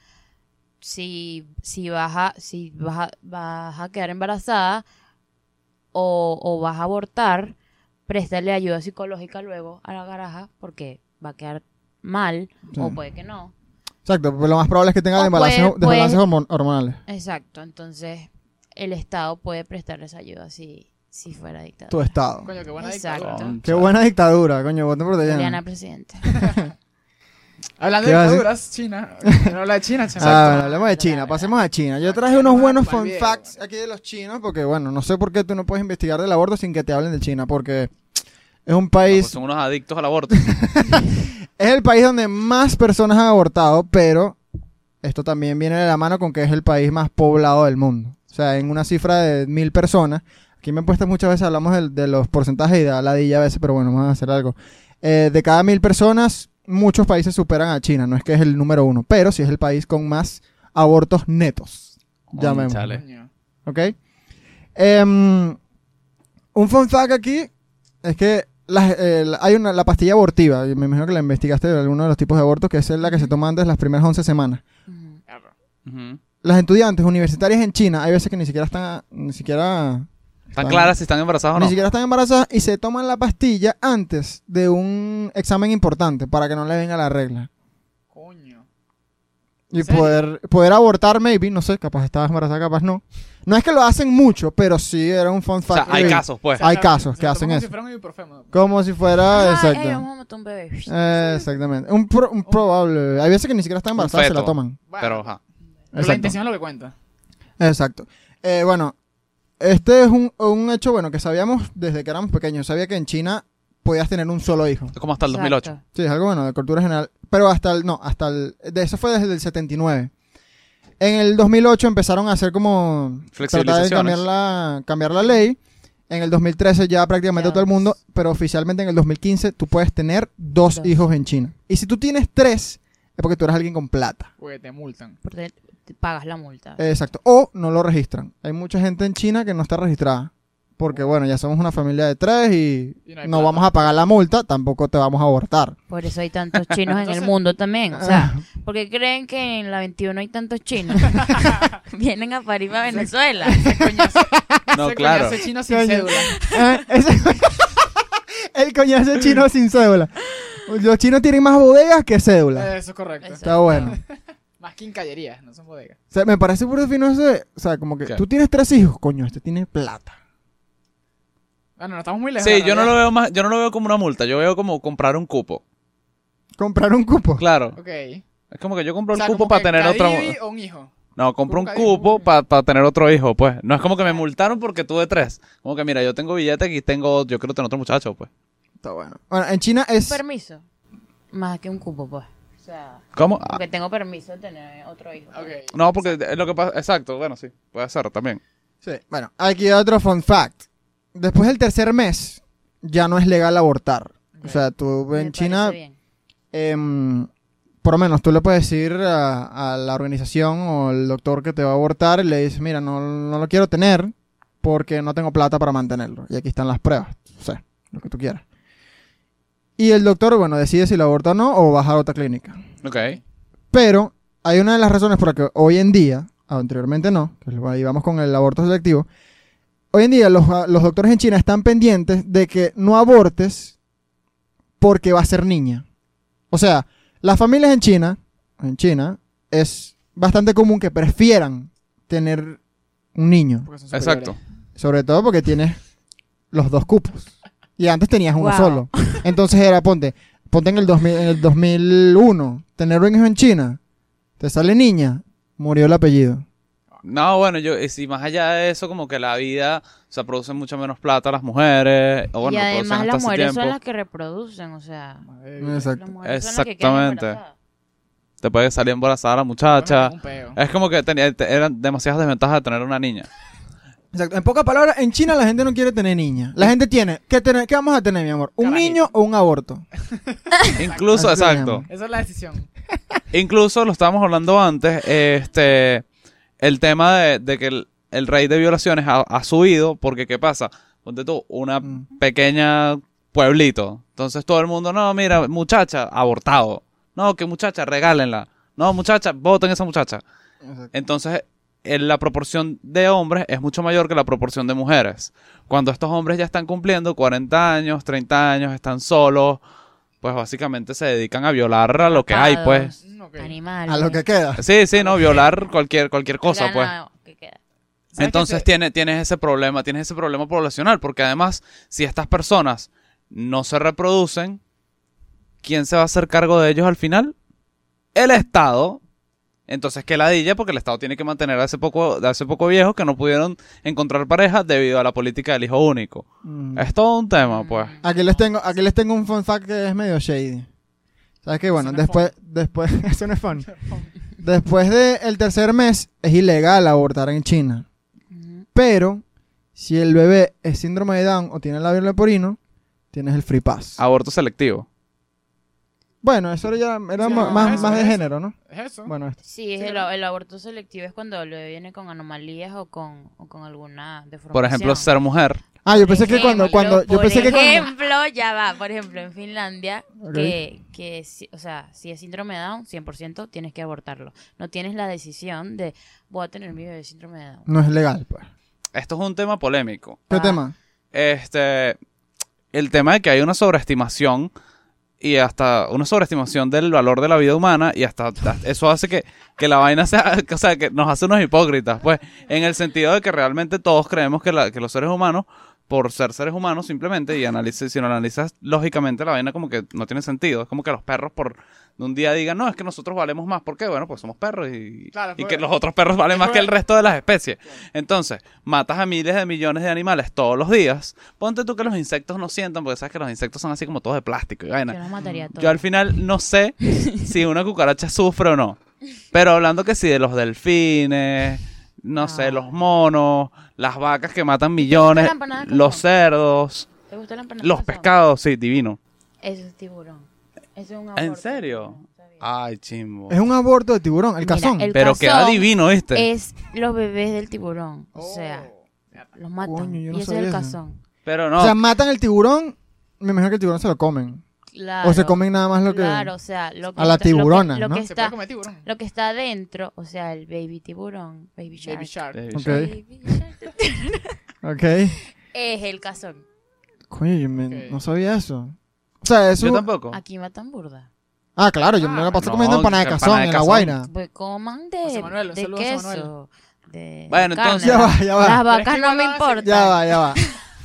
Speaker 2: si, si vas a, si vas a, vas a quedar embarazada o, o vas a abortar, préstale ayuda psicológica luego a la garaja porque va a quedar mal
Speaker 4: Sí.
Speaker 2: o puede que no.
Speaker 4: Exacto, pues lo más probable es que tenga
Speaker 2: O
Speaker 4: desbalances,
Speaker 2: puede-
Speaker 4: desbalances
Speaker 2: puede-
Speaker 4: hormon- hormonales.
Speaker 2: Exacto, entonces el Estado puede prestarles ayuda si, si fuera dictador.
Speaker 4: Tu estado.
Speaker 3: Coño, qué buena
Speaker 2: Exacto.
Speaker 3: dictadura.
Speaker 1: Concha.
Speaker 4: Qué buena dictadura, coño, voten por
Speaker 2: Diana,
Speaker 4: Diana.
Speaker 2: presidente.
Speaker 3: Hablando
Speaker 4: ¿Qué
Speaker 3: de
Speaker 4: vas a decir?
Speaker 3: dictaduras, China. No habla de China, chaval.
Speaker 4: Ah, bueno, hablemos de China, pasemos a China. Yo traje unos buenos
Speaker 3: Pa'l
Speaker 4: fun
Speaker 3: viejo,
Speaker 4: facts
Speaker 3: bueno.
Speaker 4: aquí de los chinos, porque bueno, no sé por qué tú no puedes investigar del aborto sin que te hablen de China, porque es un
Speaker 1: No, pues
Speaker 4: país,
Speaker 1: son unos adictos al aborto.
Speaker 4: es el país donde más personas han abortado, pero esto también viene de la mano con que es el país más poblado del mundo. O sea, en una cifra de mil personas. Aquí me he puesto muchas veces, hablamos del- de, los porcentajes y da ladilla a veces, pero bueno, vamos a hacer algo. Eh, de cada mil personas, muchos países superan a China. No es que es el número uno, pero sí es el país con más abortos netos. Llamemos.
Speaker 1: Cónchale.
Speaker 3: Coño.
Speaker 4: ¿Ok? Em, un fun fact aquí es que las- eh, la- hay una, la pastilla abortiva, y me imagino que la investigaste de alguno de los tipos de abortos, que es la que se toma antes de las primeras 11 semanas.
Speaker 2: Ujú.
Speaker 3: Claro.
Speaker 1: Ujú.
Speaker 4: Las estudiantes universitarias en China, hay veces que ni siquiera están, ni siquiera,
Speaker 1: ¿Están claras si están embarazadas o
Speaker 4: ni
Speaker 1: no?
Speaker 4: siquiera están embarazadas y se toman la pastilla antes de un examen importante para que no le venga la regla.
Speaker 3: Coño.
Speaker 4: Y
Speaker 3: ¿En serio?
Speaker 4: poder, poder abortar, maybe, no sé, capaz estabas embarazada, capaz no. No es que lo hacen mucho, pero sí era un fun
Speaker 1: O
Speaker 4: fact.
Speaker 1: sea, hay
Speaker 4: que-
Speaker 1: casos, pues.
Speaker 4: Hay
Speaker 3: Se
Speaker 4: casos que
Speaker 3: toma
Speaker 4: hacen
Speaker 3: como
Speaker 4: eso.
Speaker 3: si fuera un ibuprofeno.
Speaker 4: Como si fuera.
Speaker 2: Ah, eh,
Speaker 4: exacto.
Speaker 2: vamos a matar un bebé.
Speaker 4: Eh, exactamente. Un, pro- un probable. Hay veces que ni siquiera están
Speaker 1: Un
Speaker 4: embarazadas, se la
Speaker 1: feto.
Speaker 4: toman.
Speaker 3: Bueno,
Speaker 1: Pero, ajá.
Speaker 3: pero la
Speaker 4: Exacto.
Speaker 3: intención es lo que cuenta.
Speaker 4: Exacto. Eh, bueno, este es un, un hecho bueno que sabíamos desde que éramos pequeños. Sabía que en China podías tener un solo hijo.
Speaker 1: Es como hasta el 2008.
Speaker 4: Sí, es algo bueno de cultura general. Pero hasta el. No, hasta el. De eso fue desde el 79. En el 2008 empezaron a hacer como. Tratar de
Speaker 1: Flexibilizaciones.
Speaker 4: cambiar la, cambiar la ley. En el 2013 ya prácticamente
Speaker 2: Ya
Speaker 4: todo el
Speaker 2: ves.
Speaker 4: mundo, pero oficialmente en el 2015 tú puedes tener dos,
Speaker 2: Dos.
Speaker 4: hijos en China. Y si tú tienes tres, es porque tú eres alguien con plata.
Speaker 3: Porque te multan.
Speaker 2: Porque te pagas la multa.
Speaker 4: Exacto. O no lo registran. Hay mucha gente en China que no está registrada. Porque bueno, ya somos una familia de tres y,
Speaker 3: Y no
Speaker 4: no,
Speaker 3: hay plata.
Speaker 4: vamos a pagar la multa, tampoco te vamos a abortar.
Speaker 2: Por eso hay tantos chinos en el
Speaker 3: Entonces-
Speaker 2: mundo también.
Speaker 4: ah.
Speaker 2: O sea, porque creen que en la 21 hay tantos chinos. Vienen a París para Venezuela.
Speaker 3: Ese coñazo,
Speaker 1: No,
Speaker 3: ese
Speaker 1: claro.
Speaker 3: coñazo chino sin
Speaker 4: Coño.
Speaker 3: cédula.
Speaker 4: Ah, ese- el coñazo chino sin cédula. Los chinos tienen más bodegas que cédula.
Speaker 3: Eh, Eso es correcto.
Speaker 2: Eso.
Speaker 4: Está bueno.
Speaker 3: Más quincallerías, no son bodegas.
Speaker 4: O sea, me parece puro fino eso de- O sea, como que
Speaker 1: ¿Qué?
Speaker 4: tú tienes tres hijos, coño, este tiene plata.
Speaker 3: Bueno, no estamos muy lejos. de
Speaker 1: Sí,
Speaker 3: la
Speaker 1: yo no lo
Speaker 3: realidad.
Speaker 1: veo más, yo no lo veo como una multa, yo veo como comprar un cupo.
Speaker 4: Comprar un cupo.
Speaker 1: Claro.
Speaker 3: Ok.
Speaker 1: Es como que yo compro
Speaker 3: O sea,
Speaker 1: un cupo
Speaker 3: como
Speaker 1: para
Speaker 3: que
Speaker 1: tener otro.
Speaker 3: Cadivi o un hijo.
Speaker 1: No, compro un
Speaker 3: Cuca-
Speaker 1: cupo para tener otro hijo, pues. No es como que me multaron porque tuve tres. Como que mira, yo tengo billete y tengo, yo quiero tener otro muchacho, pues.
Speaker 4: Está bueno. Bueno, en China es.
Speaker 2: permiso. Más que un cupo, pues. O sea,
Speaker 1: ¿Cómo? Ah,
Speaker 2: porque tengo permiso de tener otro hijo.
Speaker 3: Ok.
Speaker 1: no, porque es lo que pasa. Exacto, bueno, sí. Puede ser también.
Speaker 4: Sí. Bueno, aquí otro fun fact. Después del tercer mes, ya no es legal abortar. O sea, tú
Speaker 2: Me parece
Speaker 4: en China,
Speaker 2: bien.
Speaker 4: em, por lo menos tú le puedes decir a, a la organización o al doctor que te va a abortar y le dices, mira, no, no lo quiero tener porque no tengo plata para mantenerlo. Y aquí están las pruebas. O sea, lo que tú quieras. Y el doctor, bueno, decide si lo aborta o no o bajar a otra clínica.
Speaker 1: Ok.
Speaker 4: Pero hay una de las razones por la que hoy en día, ah, anteriormente no, que ahí vamos con el aborto selectivo, hoy en día los, ah, los doctores en China están pendientes de que no abortes porque va a ser niña. O sea, las familias en China, en China, es bastante común que prefieran tener un niño,
Speaker 3: Porque son superiores.
Speaker 1: Exacto.
Speaker 4: sobre todo porque tienes los dos cupos. Y antes tenías uno
Speaker 2: Wow.
Speaker 4: solo. Entonces era, ponte, ponte en el, 2000, en el 2001, tener un hijo en China, te sale niña, murió el apellido.
Speaker 1: No, bueno, yo, y si más allá de eso, como que la vida, o sea, producen mucho menos plata las mujeres, o Ah, bueno, producen
Speaker 2: y además
Speaker 1: hasta
Speaker 2: las
Speaker 1: hace
Speaker 2: mujeres son
Speaker 1: tiempo.
Speaker 2: las que reproducen, o sea.
Speaker 3: Madre mía.
Speaker 4: Exacto.
Speaker 2: Las mujeres son las que quedan
Speaker 1: Exactamente.
Speaker 2: embarazadas.
Speaker 1: Te puede salir embarazada la
Speaker 3: Bueno,
Speaker 1: muchacha.
Speaker 3: un peo.
Speaker 1: Es como que tenía- te- eran demasiadas desventajas de tener una niña.
Speaker 4: Exacto. En pocas palabras, en China la gente no quiere tener niña. La gente tiene, ¿qué, tener- qué vamos a tener, mi amor? ¿Un
Speaker 3: Carajito.
Speaker 4: niño o un aborto?
Speaker 1: Incluso,
Speaker 4: Así lo
Speaker 1: exacto.
Speaker 4: llaman.
Speaker 3: Esa es la decisión.
Speaker 1: Incluso lo estábamos hablando antes, este, el tema de, de que el, el rey de violaciones ha, ha subido, porque ¿qué pasa? Ponte tú, una
Speaker 4: Mm.
Speaker 1: pequeña pueblito. Entonces todo el mundo, no, mira, muchacha, abortado. No, que muchacha, regálenla. No, muchacha, voten esa muchacha. Entonces, en la proporción de hombres es mucho mayor que la proporción de mujeres. Cuando estos hombres ya están cumpliendo 40 años, 30 años, están solos, pues básicamente se dedican a violar a lo que hay, pues.
Speaker 2: Atrapados,
Speaker 3: Mm, ok.
Speaker 2: Animales.
Speaker 4: A lo que queda.
Speaker 1: Sí, sí, no, violar cualquier, cualquier cosa, pues.
Speaker 2: Ganado que queda.
Speaker 3: ¿Sabes qué
Speaker 1: Entonces
Speaker 3: se-
Speaker 1: tiene, tienes ese problema, tienes ese problema poblacional, porque además, si estas personas no se reproducen, ¿quién se va a hacer cargo de ellos al final? El Estado. Entonces, que ladilla, porque el Estado tiene que mantener a ese poco, a ese poco viejo que no pudieron encontrar pareja debido a la política del hijo único.
Speaker 4: Mm.
Speaker 1: Es todo un tema, pues.
Speaker 4: Aquí les tengo, aquí les tengo un fun fact que es medio shady. ¿Sabes qué? Bueno,
Speaker 3: Eso no es
Speaker 4: después, después, eso no es fun. Después del tercer mes es ilegal abortar en China.
Speaker 2: Ujú.
Speaker 4: Pero si el bebé es síndrome de Down o tiene labio leporino, tienes el free pass.
Speaker 1: Aborto selectivo.
Speaker 4: Bueno, eso era, ya- era
Speaker 3: Sí,
Speaker 4: ma-
Speaker 3: no,
Speaker 4: más,
Speaker 3: eso,
Speaker 4: más de
Speaker 3: eso.
Speaker 4: género, ¿no?
Speaker 3: Es eso.
Speaker 4: Bueno, esto.
Speaker 2: Sí, es
Speaker 3: Sí,
Speaker 2: el,
Speaker 3: claro.
Speaker 2: el aborto selectivo es cuando el bebé viene con anomalías o con, o con alguna deformación.
Speaker 1: Por ejemplo, ser mujer.
Speaker 4: Ah, yo pensé que cuando, cuando, yo
Speaker 2: por
Speaker 4: pensé que cuando,
Speaker 2: ejemplo, ya va, por ejemplo, en Finlandia,
Speaker 4: Ok.
Speaker 2: que, que, si- o sea, si es síndrome de Down, 100% tienes que abortarlo. No tienes la decisión de, voy a tener mi bebé síndrome de Down.
Speaker 4: no es legal, pues.
Speaker 1: Esto es un tema polémico.
Speaker 4: ¿Qué
Speaker 2: Ah.
Speaker 4: tema?
Speaker 1: Este, el tema de que hay una sobreestimación y hasta una sobreestimación del valor de la vida humana y hasta hasta eso hace que, que la vaina sea, o sea, que nos hace unos hipócritas, pues, en el sentido de que realmente todos creemos que, la- que los seres humanos, por ser seres humanos simplemente, y analices, si no analizas lógicamente la vaina como que no tiene sentido, es como que los perros por un día digan, no, es que nosotros valemos más, ¿por qué? Bueno, pues somos perros y,
Speaker 3: Claro,
Speaker 1: y
Speaker 3: fue-
Speaker 1: que los otros perros valen más que el
Speaker 3: fue-
Speaker 1: resto de las especies. Entonces, matas a miles de millones de animales todos los días. Ponte tú que los insectos no sientan, porque sabes que los insectos son así como todos de plástico y
Speaker 2: Yo
Speaker 1: vaina.
Speaker 2: los mataría a todos.
Speaker 1: Yo al final no sé si una cucaracha sufre o no. Pero hablando que sí de los delfines, no
Speaker 2: Ah.
Speaker 1: sé, los monos, las vacas que matan millones,
Speaker 2: la empanada con
Speaker 1: los
Speaker 2: jamón?
Speaker 1: cerdos,
Speaker 2: ¿Te gustó la empanada
Speaker 1: los
Speaker 2: con jamón?
Speaker 1: pescados, sí, divino.
Speaker 2: Eso es tiburón. Eso es un aborto.
Speaker 1: ¿En serio? Ah,
Speaker 2: No sabía.
Speaker 1: Ay, chimbo.
Speaker 4: Es un aborto de tiburón, el
Speaker 2: Mira,
Speaker 4: cazón.
Speaker 2: el-
Speaker 1: Pero queda
Speaker 2: cazón
Speaker 1: divino, ¿viste?
Speaker 2: Es los bebés del tiburón. O sea,
Speaker 1: Oh,
Speaker 2: los matan.
Speaker 4: Coño, yo no
Speaker 2: y eso es el
Speaker 4: sabía eso.
Speaker 2: cazón.
Speaker 1: Pero
Speaker 4: O
Speaker 1: no,
Speaker 4: sea, matan el tiburón, me imagino que el tiburón se lo comen.
Speaker 2: Claro.
Speaker 4: O se comen nada más lo que...
Speaker 2: Claro, o sea, lo que
Speaker 4: a la
Speaker 2: está- lo que-
Speaker 4: tiburona,
Speaker 2: lo
Speaker 4: ¿no?
Speaker 2: que
Speaker 3: Se puede
Speaker 2: está,
Speaker 3: comer tiburón.
Speaker 2: lo que está adentro, o sea, el baby tiburón, baby shark,
Speaker 3: Baby shark.
Speaker 1: eh,
Speaker 4: Ok.
Speaker 2: baby shark,
Speaker 4: Ok.
Speaker 2: es el cazón.
Speaker 4: Coño, yo me-
Speaker 3: Ok.
Speaker 4: no sabía eso. O sea, eso...
Speaker 1: yo tampoco.
Speaker 2: Aquí matan burda.
Speaker 4: Ah, claro, yo me la
Speaker 3: Ah,
Speaker 4: pasé
Speaker 1: no,
Speaker 4: comiendo empanada de
Speaker 1: empanada
Speaker 4: cazón
Speaker 1: de
Speaker 4: en La
Speaker 1: cazón.
Speaker 4: Guaira.
Speaker 2: Pues coman
Speaker 3: José
Speaker 2: de,
Speaker 3: Manuel, un
Speaker 2: de
Speaker 3: saludo, José
Speaker 2: queso. De
Speaker 1: Bueno,
Speaker 2: carne,
Speaker 1: entonces-
Speaker 4: Ya
Speaker 2: ¿no?
Speaker 4: va, ya va.
Speaker 2: Las
Speaker 3: Pero es
Speaker 2: vacas
Speaker 3: que
Speaker 2: no me
Speaker 3: igual lo hacen.
Speaker 2: importan.
Speaker 4: Ya va, ya va.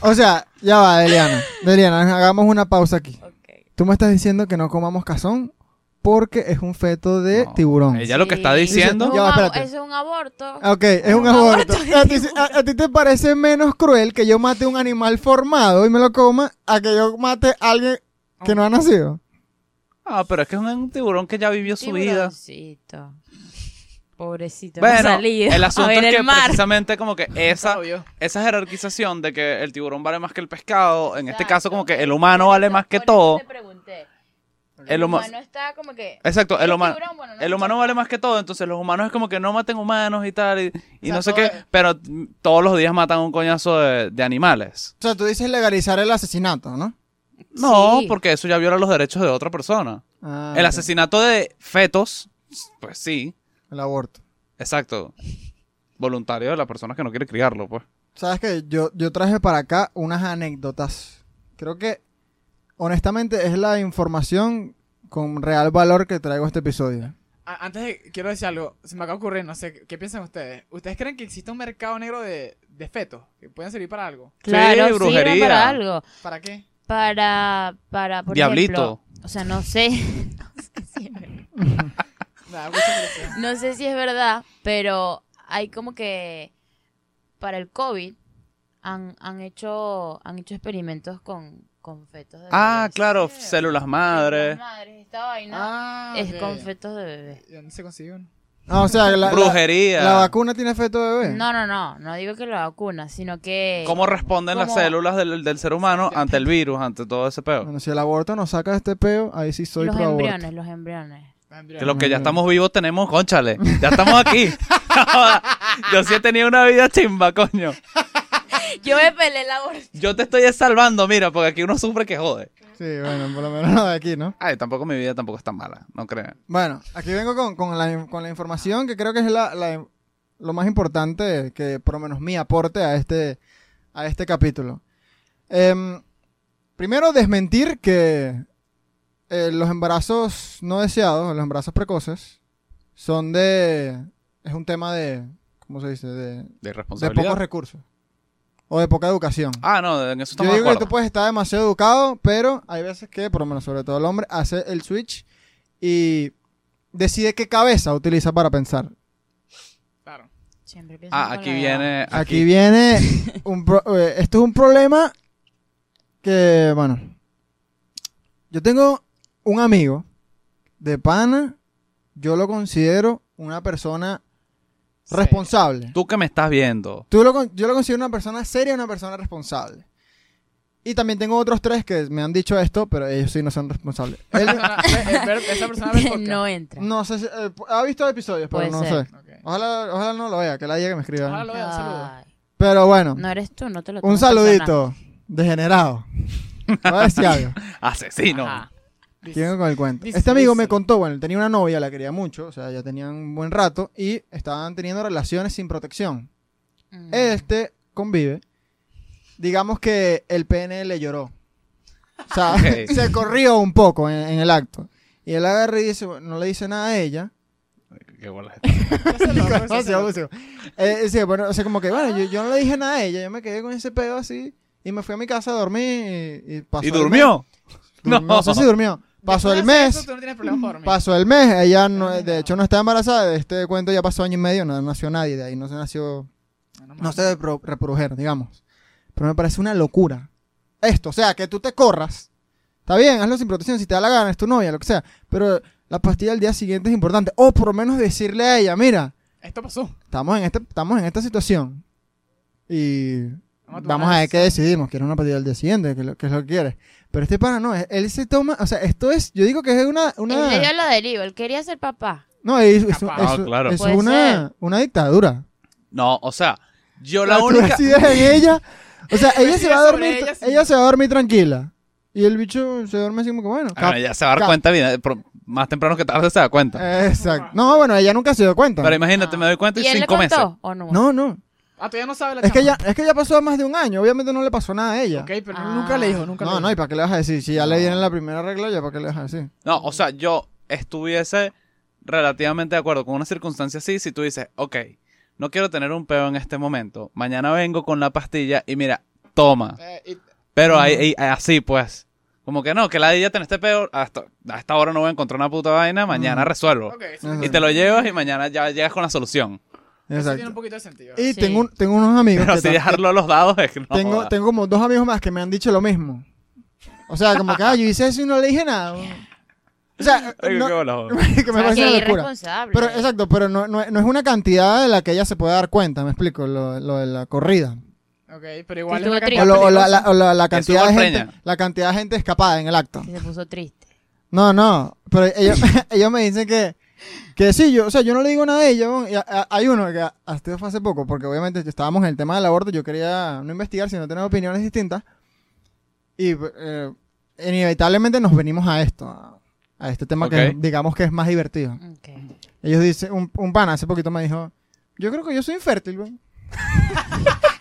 Speaker 4: O sea, ya va, Eliana. Eliana, hagamos una pausa aquí.
Speaker 2: Ok.
Speaker 4: Tú me estás diciendo que no comamos cazón porque es un feto de
Speaker 1: No,
Speaker 4: tiburón.
Speaker 1: Ella lo que está
Speaker 2: Sí.
Speaker 1: diciendo...
Speaker 2: Es un
Speaker 4: Ya va,
Speaker 2: ab-
Speaker 4: espérate. Ah,
Speaker 2: Es un aborto.
Speaker 4: Ok, es un
Speaker 2: Un
Speaker 4: aborto.
Speaker 2: aborto de
Speaker 4: ¿A ti, a- a ti te parece menos cruel que yo mate un animal formado y me lo coma a que yo mate a alguien que no ha nacido?
Speaker 1: Ah, pero es que es un tiburón que ya vivió su vida.
Speaker 2: Tiburoncito. Pobrecito. no
Speaker 1: Bueno,
Speaker 2: ha salido
Speaker 1: el
Speaker 2: a
Speaker 1: asunto
Speaker 2: ver
Speaker 1: es que
Speaker 2: el mar.
Speaker 1: precisamente como que esa,
Speaker 3: Obvio.
Speaker 1: esa jerarquización de que el tiburón vale más que el pescado, en este
Speaker 2: Exacto.
Speaker 1: caso como que el humano
Speaker 2: Por
Speaker 1: vale
Speaker 2: eso-
Speaker 1: más que
Speaker 2: por eso
Speaker 1: todo.
Speaker 2: te pregunté.
Speaker 1: El huma-
Speaker 2: está como que.
Speaker 1: Exacto, el,
Speaker 2: ¿es
Speaker 1: humano
Speaker 2: tiburón? Bueno, no
Speaker 1: el
Speaker 2: sé.
Speaker 1: humano vale más que todo, entonces los humanos es como que no maten humanos y tal, y, y
Speaker 3: sea,
Speaker 1: no sé
Speaker 3: todo
Speaker 1: qué,
Speaker 3: es-
Speaker 1: pero mm, todos los días matan un coñazo de, de animales.
Speaker 4: O sea, tú dices legalizar el asesinato, ¿no?
Speaker 1: No,
Speaker 2: Sí.
Speaker 1: porque eso ya viola los derechos de otra persona.
Speaker 4: Ah,
Speaker 1: el
Speaker 4: ok.
Speaker 1: asesinato de fetos, pues sí,
Speaker 4: El aborto.
Speaker 1: exacto. Voluntario de la persona que no quiere criarlo, pues.
Speaker 4: Sabes que yo, yo traje para acá unas anécdotas. Creo que, honestamente, es la información con real valor que traigo a este episodio.
Speaker 3: A- Antes de- quiero decir algo, se me acaba de ocurrir, no sé, ¿qué piensan ustedes? ¿Ustedes creen que existe un mercado negro de, de fetos que pueden servir para algo?
Speaker 2: Claro,
Speaker 1: Sí,
Speaker 2: sirve
Speaker 1: brujería.
Speaker 2: para algo.
Speaker 3: ¿Para qué?
Speaker 2: Para. para por
Speaker 1: Diablito.
Speaker 2: ejemplo, o sea, no sé. no sé si es verdad.
Speaker 3: Nada, mucha curiosidad.
Speaker 2: No sé si es verdad, pero hay como que. Para el COVID han, han hecho han hecho experimentos con, con fetos de
Speaker 1: Ah,
Speaker 2: bebés.
Speaker 1: claro,
Speaker 3: Sí.
Speaker 1: células madre.
Speaker 2: Las madres, esta vaina
Speaker 3: Ah,
Speaker 2: es
Speaker 3: ok.
Speaker 2: con fetos de bebés.
Speaker 3: ¿Y ¿Dónde se consiguió uno?
Speaker 4: Ah, o sea, la, la,
Speaker 1: Brujería.
Speaker 4: la vacuna tiene efecto de bebé.
Speaker 2: No, no, no, no digo que la vacuna, sino que...
Speaker 1: ¿Cómo responden las
Speaker 2: ¿Cómo?
Speaker 1: células del, del ser humano ante el virus, ante todo ese peo?
Speaker 4: Bueno, si el aborto nos saca de este peo, ahí sí soy
Speaker 2: los
Speaker 4: pro aborto.
Speaker 2: embriones, los embriones.
Speaker 3: Ah,
Speaker 1: Que los que ya estamos vivos tenemos, conchale. Ya estamos aquí. Yo sí he tenido una vida chimba, coño.
Speaker 2: Yo me pelé la aborto.
Speaker 1: Yo te estoy salvando, mira, porque aquí uno sufre que jode.
Speaker 4: Sí, bueno, por lo menos lo de aquí, ¿no?
Speaker 1: Ay, tampoco mi vida tampoco es tan mala, no crean.
Speaker 4: Bueno, aquí vengo con, con la, in- con la información que creo que es la, la- lo más importante, que por lo menos mi aporte a este, a este capítulo. Em, primero, desmentir que eh, los embarazos no deseados, los embarazos precoces, son de... Es un tema de... ¿Cómo se dice? De,
Speaker 1: De
Speaker 4: de pocos
Speaker 1: responsabilidad.
Speaker 4: recursos. O de poca educación.
Speaker 1: ah, no, en eso
Speaker 4: Yo
Speaker 1: estamos de
Speaker 4: digo que
Speaker 1: acuerdo.
Speaker 4: tú puedes estar demasiado educado, pero hay veces que, por lo menos sobre todo el hombre, hace el switch y decide qué cabeza utiliza para pensar.
Speaker 3: Claro.
Speaker 2: Siempre pienso
Speaker 1: Ah,
Speaker 2: con
Speaker 1: aquí
Speaker 2: la edad.
Speaker 1: viene.
Speaker 4: Aquí, viene un pro- eh, esto es un problema que, bueno, yo tengo un amigo de pana, yo lo considero una persona
Speaker 3: Sí.
Speaker 4: responsable.
Speaker 1: Tú que me estás viendo.
Speaker 4: Tú lo con- yo lo considero una persona seria, una persona responsable. Y también tengo otros tres que me han dicho esto, pero ellos sí no son responsables. Él-
Speaker 3: Esa persona- eh, eh, esa persona ve el podcast.
Speaker 2: no entra.
Speaker 4: no sé, si- eh, ha visto episodios,
Speaker 2: Puede
Speaker 4: pero no
Speaker 2: ser.
Speaker 4: sé.
Speaker 3: Ok.
Speaker 4: Ojalá, ojalá no lo vea, que la llegue y me escriba.
Speaker 3: Ojalá lo vea, un saludo.
Speaker 2: Ay,
Speaker 4: Pero bueno,
Speaker 2: no eres tú, no te lo
Speaker 4: un
Speaker 2: tomes personal.
Speaker 4: saludito. Degenerado. Voy a decir algo.
Speaker 1: Asesino.
Speaker 3: Ajá. Dice-
Speaker 4: Sigo con el cuento.
Speaker 3: Dice-
Speaker 4: Este amigo me
Speaker 3: dice-
Speaker 4: contó, bueno, él tenía una novia, la quería mucho, o sea, ya tenían un buen rato y estaban teniendo relaciones sin protección.
Speaker 2: Mm.
Speaker 4: Este convive. Digamos que el pene le lloró. O sea,
Speaker 1: Ok.
Speaker 4: se corrió un poco en, en el acto. Y él agarra y dice, bueno, no le dice nada a ella.
Speaker 1: Qué bolas.
Speaker 3: Ese loco, ese
Speaker 4: No, sí,
Speaker 3: loco.
Speaker 4: vamos, sí, vamos. Eh, sí, bueno, o sea, como que, bueno, yo, yo no le dije nada a ella. Yo me quedé con ese pedo así. Y me fui a mi casa a dormir y, y pasó.
Speaker 1: ¿Y
Speaker 4: el mes.
Speaker 1: durmió? No.
Speaker 4: Durmió, No sé si durmió. Pasó
Speaker 3: Después
Speaker 4: el
Speaker 3: de hacer eso,
Speaker 4: mes.
Speaker 3: tú no tienes problemas para dormir.
Speaker 4: Pasó el mes. Ella, no-
Speaker 3: Pero no.
Speaker 4: de hecho, no está embarazada. De este cuento ya pasó año y medio. No nació nadie. De ahí no se nació
Speaker 3: Menos mal.
Speaker 4: no se repro- reprodujeron, digamos. Pero me parece una locura. Esto, o sea, que tú te corras. Está bien, hazlo sin protección, si te da la gana, es tu novia, lo que sea. Pero la pastilla del día siguiente es importante. O por lo menos decirle a ella, mira,
Speaker 3: Esto pasó.
Speaker 4: estamos en, este, estamos en esta situación. Y
Speaker 3: Vamos a tomar
Speaker 4: vamos a ver qué
Speaker 3: eso.
Speaker 4: decidimos. Quiero una pastilla del día siguiente, que, lo- que es lo que quieres. Pero este pana no, él se toma, o sea, esto es, yo digo que es una... una
Speaker 2: Él yo lo derivo, él quería ser papá.
Speaker 4: no, es, es-
Speaker 3: Capaz.
Speaker 4: es-
Speaker 1: Ah, claro.
Speaker 4: es
Speaker 2: Puede
Speaker 4: una, una dictadura.
Speaker 1: No, o sea, yo la
Speaker 4: Ah, Tú
Speaker 1: única.
Speaker 4: decides en ella. O sea, ella se
Speaker 3: Decides
Speaker 4: va
Speaker 3: sobre
Speaker 4: a dormir.
Speaker 3: ella, sí.
Speaker 4: Ella se va a dormir tranquila. Y el bicho se duerme así como que bueno.
Speaker 1: Ah, ya se va a dar
Speaker 4: Cap-
Speaker 1: cuenta, bien, pro- más temprano que tarde se da cuenta.
Speaker 4: Exacto. No, bueno, ella nunca se dio cuenta.
Speaker 1: Pero imagínate, me doy cuenta y
Speaker 2: ¿Y él le
Speaker 1: cinco meses.
Speaker 2: contó o no?
Speaker 4: No, no.
Speaker 3: Ah, todavía no sabe la
Speaker 4: Es que
Speaker 3: chama.
Speaker 4: ya, es que ya pasó más de un año. Obviamente no le pasó nada a ella.
Speaker 3: Ok, pero
Speaker 2: Ah.
Speaker 3: nunca le dijo, nunca le
Speaker 4: No,
Speaker 3: dijo.
Speaker 4: no, ¿y para qué le vas a decir? Si ya le viene la primera regla, ya para qué le vas a decir.
Speaker 1: No, o sea, yo estuviese relativamente de acuerdo con una circunstancia así si tú dices, ok, no quiero tener un peo en este momento. Mañana vengo con la pastilla y mira, toma.
Speaker 3: Eh, y-
Speaker 1: Pero ahí, ahí- así pues. Como que no, que la ella tiene este peo, hasta, a esta hora no voy a encontrar una puta vaina, mañana
Speaker 4: Mm.
Speaker 1: resuelvo.
Speaker 3: ok, eso,
Speaker 4: Ajá.
Speaker 1: Y te lo llevas y mañana ya llegas con la solución.
Speaker 3: eso tiene un
Speaker 4: Exacto.
Speaker 3: poquito de sentido.
Speaker 4: Y
Speaker 2: Sí.
Speaker 4: tengo, un- tengo unos amigos.
Speaker 1: Pero
Speaker 4: que
Speaker 1: si
Speaker 4: tam-
Speaker 1: dejarlo a los dados es que no.
Speaker 4: tengo,
Speaker 1: joda.
Speaker 4: tengo como dos amigos más que me han dicho lo mismo. O sea, como que, ah, yo hice eso y no le dije nada. O sea,
Speaker 1: Ay,
Speaker 4: no-
Speaker 1: qué bola, joda.
Speaker 2: O sea, que
Speaker 4: que me parece una locura.
Speaker 2: irresponsable.
Speaker 4: Pero exacto, pero no, no- no es una cantidad de la que ella se puede dar cuenta, me explico, lo, lo de la corrida.
Speaker 3: Ok, pero igual
Speaker 2: Sí,
Speaker 3: es
Speaker 2: tuvo
Speaker 3: una
Speaker 4: O,
Speaker 3: cantidad
Speaker 4: lo- o la,
Speaker 3: peligrosa.
Speaker 4: la- o la- la
Speaker 1: Que
Speaker 4: cantidad de
Speaker 1: suba
Speaker 4: gente,
Speaker 1: preña.
Speaker 4: la cantidad de gente escapada en el acto.
Speaker 2: Que se puso triste.
Speaker 4: No, no, pero ellos, ellos me dicen que, que sí, yo, o sea, yo no le digo nada a ella. bon, y a- a- hay uno que hasta fue hace poco, porque obviamente estábamos en el tema del aborto, yo quería no investigar, sino tener opiniones distintas. Y eh, inevitablemente nos venimos a esto, a, a este tema
Speaker 1: Ok.
Speaker 4: que digamos que es más divertido.
Speaker 2: Ok.
Speaker 4: Ellos dicen, un, un pana hace poquito me dijo, yo creo que yo soy infértil, güey.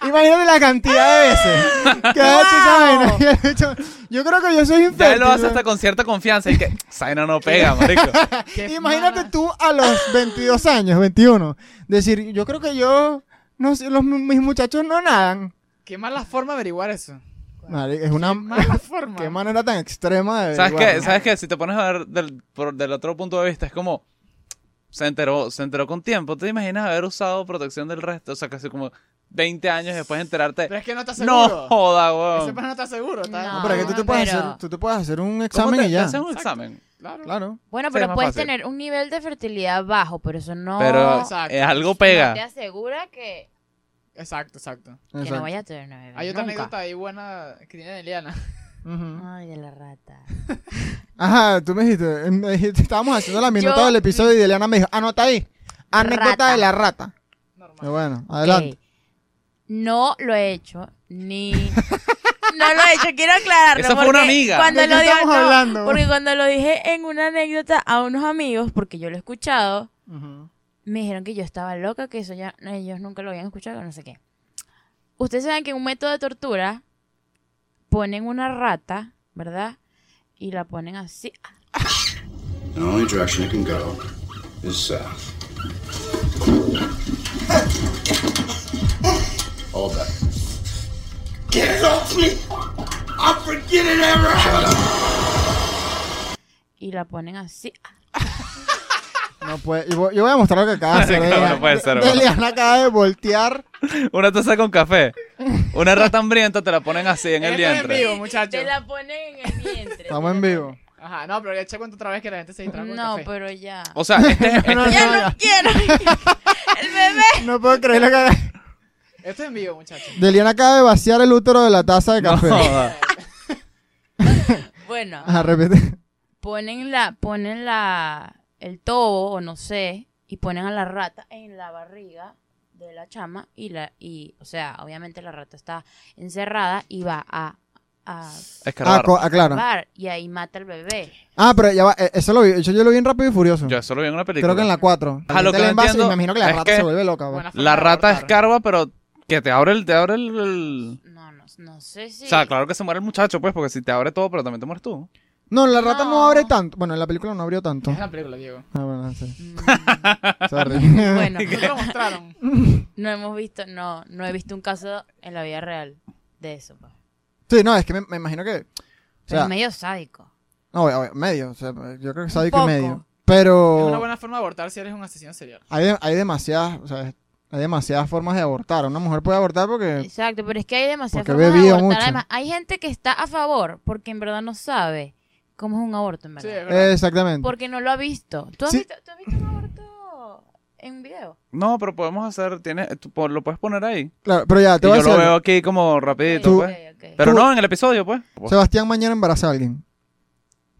Speaker 4: Imagínate la cantidad de veces que ha hecho esa vaina. Y el bicho, yo creo que yo soy
Speaker 1: Ya
Speaker 4: infértil.
Speaker 1: él lo hace
Speaker 4: güey".
Speaker 1: hasta con cierta confianza y que Zaina no pega, marico.
Speaker 3: Qué
Speaker 4: Imagínate
Speaker 3: mala-
Speaker 4: tú a los 22 años, 21, decir, yo creo que yo, no sé, los, mis muchachos no nadan.
Speaker 3: Qué mala forma de averiguar eso.
Speaker 4: Marica, es una...
Speaker 3: Qué mala forma.
Speaker 4: Qué manera tan extrema de...
Speaker 1: ¿Sabes
Speaker 4: averiguar,
Speaker 1: qué?
Speaker 4: ¿no?
Speaker 1: ¿Sabes qué? Si te pones a ver del, por- del otro punto de vista, es como. Se enteró, se enteró con tiempo. ¿Te imaginas haber usado protección del resto? O sea, casi como 20 años después de enterarte.
Speaker 3: Pero es que no está
Speaker 1: No
Speaker 3: seguro.
Speaker 1: joda,
Speaker 3: Ese
Speaker 1: weón.
Speaker 3: pana no está seguro. Está...
Speaker 4: No, pero es que tú te, puedes
Speaker 2: Ah, pero-
Speaker 4: hacer, tú te puedes hacer un
Speaker 1: ¿Cómo
Speaker 4: examen
Speaker 1: te,
Speaker 4: y
Speaker 1: te
Speaker 4: ya.
Speaker 1: haces un examen?
Speaker 3: Claro.
Speaker 4: Claro.
Speaker 1: Sí,
Speaker 2: Bueno,
Speaker 1: es
Speaker 2: pero
Speaker 1: más
Speaker 2: puedes
Speaker 1: fácil.
Speaker 2: tener un nivel de fertilidad bajo, pero eso no,
Speaker 1: Pero
Speaker 3: Exacto.
Speaker 1: es algo
Speaker 2: no te
Speaker 1: pega.
Speaker 2: asegura que,
Speaker 3: Exacto, exacto.
Speaker 2: que
Speaker 4: Exacto.
Speaker 2: no vaya a tener una bebé.
Speaker 3: Hay otra
Speaker 2: nunca.
Speaker 3: anécdota ahí buena que tiene Eliana.
Speaker 4: Ujú.
Speaker 2: Ay, de la rata.
Speaker 4: Ajá, tú me dijiste, em, me dijiste, estábamos haciendo la minuta
Speaker 2: Yo-
Speaker 4: del episodio y Eliana me dijo, anota ahí, anécdota
Speaker 2: Rata.
Speaker 4: de la rata. Pero
Speaker 3: Normal.
Speaker 4: bueno,
Speaker 2: Ok.
Speaker 4: adelante.
Speaker 2: No lo he hecho, ni... No lo he hecho, quiero aclararlo.
Speaker 1: Esa fue una
Speaker 2: porque
Speaker 1: amiga.
Speaker 2: Cuando
Speaker 4: ¿De qué
Speaker 2: lo dije,
Speaker 4: estamos
Speaker 2: no,
Speaker 4: hablando?
Speaker 2: porque cuando lo dije en una anécdota a unos amigos, porque yo lo he escuchado, me dijeron que yo estaba loca, que eso ya ellos nunca lo habían escuchado, no sé qué. Ustedes saben que en un método de tortura ponen una rata, ¿verdad? Y la ponen así,
Speaker 5: The only direction it can go is south. All back.
Speaker 6: Get it off me! I'm forgetting everything!
Speaker 2: Y la ponen así.
Speaker 4: No puede, y voy- yo voy a mostrar lo que acaba de hacer.
Speaker 1: Claro,
Speaker 4: Eliana.
Speaker 1: no puede ser,
Speaker 4: De-
Speaker 1: bueno.
Speaker 4: Eliana acaba de voltear.
Speaker 1: Una taza con café. Una rata hambrienta te la ponen así en el
Speaker 3: Esto es en
Speaker 1: vientre.
Speaker 3: vivo, muchachos.
Speaker 2: Te la ponen en el vientre.
Speaker 4: Estamos en vivo.
Speaker 3: Ajá, no, pero ya eché cuenta otra vez que la gente se distrae con
Speaker 2: No,
Speaker 3: café.
Speaker 4: pues-
Speaker 2: pero ya.
Speaker 1: O sea, este, este-
Speaker 4: No, no,
Speaker 2: ya
Speaker 4: no,
Speaker 2: no,
Speaker 4: ya.
Speaker 2: quiero. el bebé.
Speaker 4: No puedo creer lo que acaba
Speaker 3: Esto es en vivo, muchachos.
Speaker 4: de Eliana acaba de vaciar el útero de la taza de
Speaker 1: no
Speaker 4: café.
Speaker 1: joda.
Speaker 2: Bueno,
Speaker 4: Ajá, repite.
Speaker 2: ponen la, ponen la, el tobo o no sé, y ponen a la rata en la barriga de la chama y la, y, o sea, obviamente la rata está encerrada y va a, a
Speaker 4: Ah,
Speaker 1: Escarbar.
Speaker 4: co- aclara.
Speaker 2: bar y ahí mata al bebé.
Speaker 4: Ah, pero ya va. eh, Eso lo vi. Eso yo lo vi en Rápido y Furioso.
Speaker 1: Yo eso lo vi en una película.
Speaker 4: Creo que en la 4.
Speaker 1: Ajá, lo que no entiendo
Speaker 4: me imagino que la
Speaker 1: es
Speaker 4: rata
Speaker 1: que-
Speaker 4: se vuelve loca. pues. va.
Speaker 3: Buena forma
Speaker 1: La
Speaker 3: de
Speaker 1: rata
Speaker 3: abortar.
Speaker 1: escarba, pero que te abre el... Te abre el, el-
Speaker 2: No, no, no sé si.
Speaker 1: O sea, claro que se muere el muchacho, pues, porque si te abre todo, pero también te mueres tú.
Speaker 4: No, la rata no.
Speaker 2: No.
Speaker 4: abre tanto. Bueno, en la película no abrió tanto.
Speaker 3: Es la película, Diego.
Speaker 4: Ah, bueno, sí.
Speaker 2: Mm,
Speaker 4: Sorry.
Speaker 2: Bueno,
Speaker 3: ¿Qué te lo mostraron?
Speaker 2: no hemos visto, no, no he visto un caso en la vida real de eso. pues.
Speaker 4: Sí, no, es que me, me imagino que. O
Speaker 2: Pero
Speaker 4: sea,
Speaker 2: es medio sádico.
Speaker 4: no, obvio, obvio, medio. O sea, yo creo que sabe que
Speaker 2: poco.
Speaker 4: medio.
Speaker 3: Es una
Speaker 4: Pero
Speaker 3: buena forma de abortar si eres un asesino serial.
Speaker 4: hay, de- hay demasiadas, o sea, hay demasiadas formas de abortar. Una mujer puede abortar porque.
Speaker 2: Exacto, pero es que hay demasiadas
Speaker 4: eh, Porque
Speaker 2: formas de
Speaker 4: bebía
Speaker 2: abortar.
Speaker 4: mucho.
Speaker 2: Además, hay gente que está a favor porque en verdad no sabe cómo es un aborto, en
Speaker 3: Sí,
Speaker 2: verdad.
Speaker 3: es verdad.
Speaker 4: Exactamente.
Speaker 2: Porque no lo ha visto. ¿Tú has,
Speaker 4: Sí.
Speaker 2: visto, tú has visto un aborto en un video?
Speaker 1: No, pero podemos hacer... Tienes, tú po- lo puedes poner ahí.
Speaker 4: Claro, pero ya,
Speaker 1: Y
Speaker 4: te voy a
Speaker 1: yo lo
Speaker 4: decir.
Speaker 1: veo aquí como rapidito,
Speaker 4: Tú-
Speaker 1: pues.
Speaker 2: Ok, ok.
Speaker 1: Pero
Speaker 4: tú-
Speaker 1: no, en el episodio, pues.
Speaker 4: Sebastián mañana embaraza a alguien.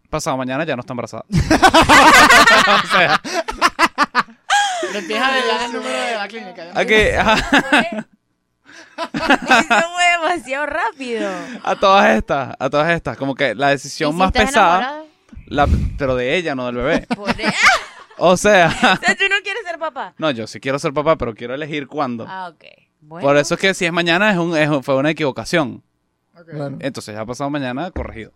Speaker 1: Pasado mañana ya no está embarazada. o sea,
Speaker 3: Le empiezas a dar el número de la clínica. ya no
Speaker 1: aquí... ajá.
Speaker 2: Eso fue demasiado rápido.
Speaker 1: A todas estas, a todas estas, como que la decisión
Speaker 2: ¿Y si
Speaker 1: más
Speaker 2: estás
Speaker 1: pesada,
Speaker 2: enamorado?
Speaker 1: la, pero de ella, no del bebé.
Speaker 2: Por- ¡Ah!
Speaker 1: O sea,
Speaker 2: O sea, tú no quieres ser papá.
Speaker 1: no, yo sí quiero ser papá, pero quiero elegir cuándo.
Speaker 2: Ah, ok. Bueno,
Speaker 1: Por eso es que si es mañana es un, es un- fue una equivocación.
Speaker 4: Claro.
Speaker 1: Entonces ya ha pasado mañana, corregido.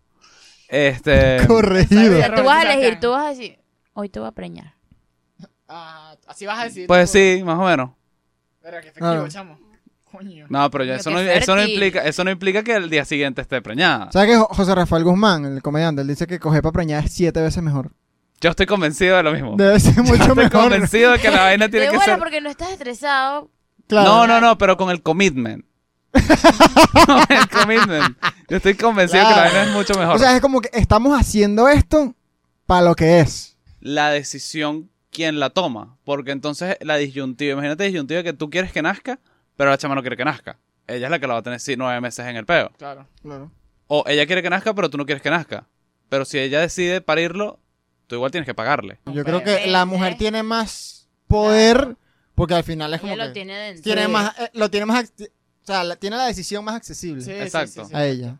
Speaker 1: Este,
Speaker 4: Corregido.
Speaker 2: o sea, tú vas a
Speaker 3: Roberto
Speaker 2: elegir,
Speaker 3: Sacán.
Speaker 2: tú vas a decir, hoy te voy a preñar.
Speaker 3: Ah, así vas a decir.
Speaker 1: pues
Speaker 3: tipo,
Speaker 1: sí, más o menos.
Speaker 3: Verga, qué efectivo,
Speaker 4: Claro.
Speaker 3: chamo. Coño.
Speaker 1: No, pero ya
Speaker 2: Pero
Speaker 1: eso
Speaker 2: qué
Speaker 1: no, eso no
Speaker 2: fértil.
Speaker 1: implica, eso no implica que el día siguiente esté preñada.
Speaker 4: ¿Sabes que Jo- José Rafael Guzmán, el comediante, él dice que coger para preñar es siete veces mejor?
Speaker 1: Yo estoy convencido de lo mismo.
Speaker 4: Debe ser mucho
Speaker 1: Estoy
Speaker 4: mejor.
Speaker 1: convencido de que la vaina
Speaker 2: De
Speaker 1: tiene que
Speaker 2: bola
Speaker 1: ser.
Speaker 2: porque no estás estresado.
Speaker 4: Claro.
Speaker 1: No, no, no, pero con el commitment. con el commitment. Yo estoy convencido que la
Speaker 4: Claro.
Speaker 1: vaina es mucho mejor.
Speaker 4: O sea, es como que estamos haciendo esto para lo que es.
Speaker 1: la decisión, ¿quién la toma? Porque entonces la disyuntiva, imagínate disyuntiva que tú quieres que nazca, pero la chama no quiere que nazca. Ella es la que la va a tener sí, nueve meses en el peo.
Speaker 3: Claro.
Speaker 4: Claro.
Speaker 1: O ella quiere que nazca, pero tú no quieres que nazca. Pero si ella decide parirlo, tú igual tienes que pagarle.
Speaker 4: Yo creo que la mujer tiene más poder porque al final es como
Speaker 2: Ella lo
Speaker 4: que
Speaker 2: tiene dentro.
Speaker 4: tiene
Speaker 2: Sí.
Speaker 4: más eh, lo tiene más acti- o sea, la- tiene la decisión más accesible
Speaker 3: Sí, sí,
Speaker 1: Exacto.
Speaker 3: sí, sí.
Speaker 4: a ella.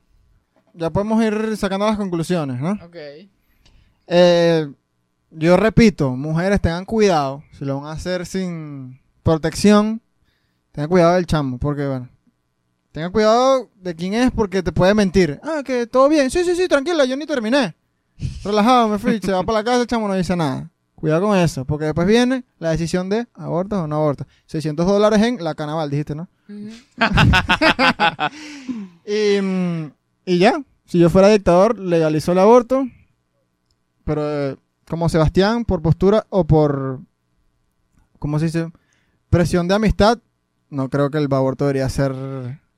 Speaker 4: Ya podemos ir sacando las conclusiones, ¿no?
Speaker 3: Ok.
Speaker 4: Eh, yo repito, mujeres tengan cuidado si lo van a hacer sin protección, tengan cuidado del chamo porque bueno, tengan cuidado de quién es porque te puede mentir. Ah, que todo bien. Sí, sí, sí, tranquila, yo ni terminé. Relajado, me fui, se va para la casa, el chamo no dice nada. Cuidado con eso, porque después viene la decisión de abortas o no abortas. 600 dólares en la canaval, dijiste, ¿no?
Speaker 2: Ujú.
Speaker 4: Y, mm, y ya, si yo fuera dictador, legalizó el aborto. Pero eh, como Sebastián, por postura o por, ¿cómo se dice? Presión de amistad, no creo que el aborto debería ser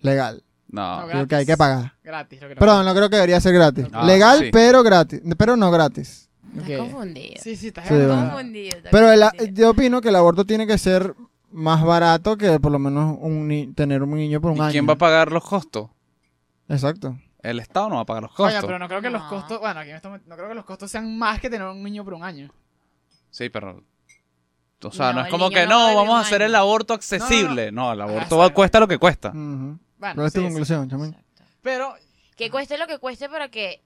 Speaker 4: legal.
Speaker 1: No.
Speaker 3: No,
Speaker 4: Creo que hay que
Speaker 3: Gratis.
Speaker 4: pagar.
Speaker 3: Gratis, lo creo.
Speaker 4: Perdón, no creo que debería ser gratis.
Speaker 1: Ah,
Speaker 4: legal,
Speaker 1: sí.
Speaker 4: pero gratis. Pero no gratis.
Speaker 2: Estás
Speaker 3: Ok.
Speaker 2: confundido.
Speaker 3: Sí, sí, estás
Speaker 4: Sí,
Speaker 3: ganando.
Speaker 4: bueno.
Speaker 2: confundido. estás
Speaker 4: Pero el a-
Speaker 2: confundido.
Speaker 4: yo opino que el aborto tiene que ser más barato que por lo menos un ni- tener un niño por un
Speaker 1: ¿Y
Speaker 4: año.
Speaker 1: quién va a pagar los costos?
Speaker 4: Exacto.
Speaker 1: El Estado no va a pagar los
Speaker 3: Coño,
Speaker 1: costos.
Speaker 3: pero no creo que los
Speaker 2: No.
Speaker 3: costos. Bueno, aquí en este momento- no creo que los costos sean más que tener un niño por un año.
Speaker 1: Sí, pero. O sea, no,
Speaker 2: No,
Speaker 1: es
Speaker 2: el
Speaker 1: como
Speaker 2: niño
Speaker 1: que
Speaker 2: no va a
Speaker 1: no,
Speaker 2: vivir
Speaker 1: vamos a
Speaker 2: un
Speaker 1: hacer
Speaker 2: año".
Speaker 1: el aborto accesible. No, el aborto
Speaker 3: Ajá,
Speaker 1: va,
Speaker 3: exacto.
Speaker 1: cuesta lo que cuesta.
Speaker 4: Ujú.
Speaker 3: Bueno,
Speaker 4: ¿Cuál es tu
Speaker 3: sí, sí.
Speaker 4: conclusión, chamín?
Speaker 2: Exacto.
Speaker 3: Pero,
Speaker 2: Que cueste lo que cueste para que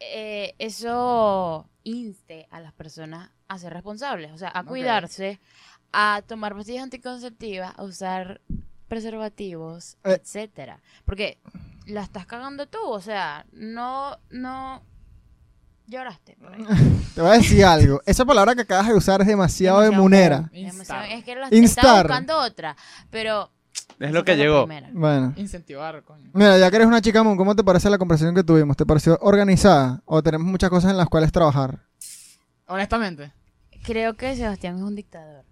Speaker 2: eh, eso inste a las personas a ser responsables, o sea, a
Speaker 3: Ok.
Speaker 2: cuidarse, a tomar pastillas anticonceptivas, a usar preservativos,
Speaker 4: Eh.
Speaker 2: etcétera. Porque la estás cagando tú, o sea, no, no, Lloraste. por ahí.
Speaker 4: Te voy a decir algo. Esa palabra que acabas de usar es demasiado,
Speaker 2: Demasiado
Speaker 4: de munera.
Speaker 2: Demasiado-
Speaker 3: Instar.
Speaker 2: Es que lo estaba
Speaker 4: Instar.
Speaker 2: buscando otra, pero...
Speaker 1: Es
Speaker 2: esa
Speaker 1: lo que
Speaker 2: fue la
Speaker 1: llegó.
Speaker 2: primera.
Speaker 4: Bueno.
Speaker 3: Incentivar, coño.
Speaker 4: Mira, ya que eres una chica moon, ¿cómo te parece la conversación que tuvimos? ¿Te pareció organizada? ¿O tenemos muchas cosas en las cuales trabajar?
Speaker 3: Honestamente.
Speaker 2: Creo que Sebastián es un dictador.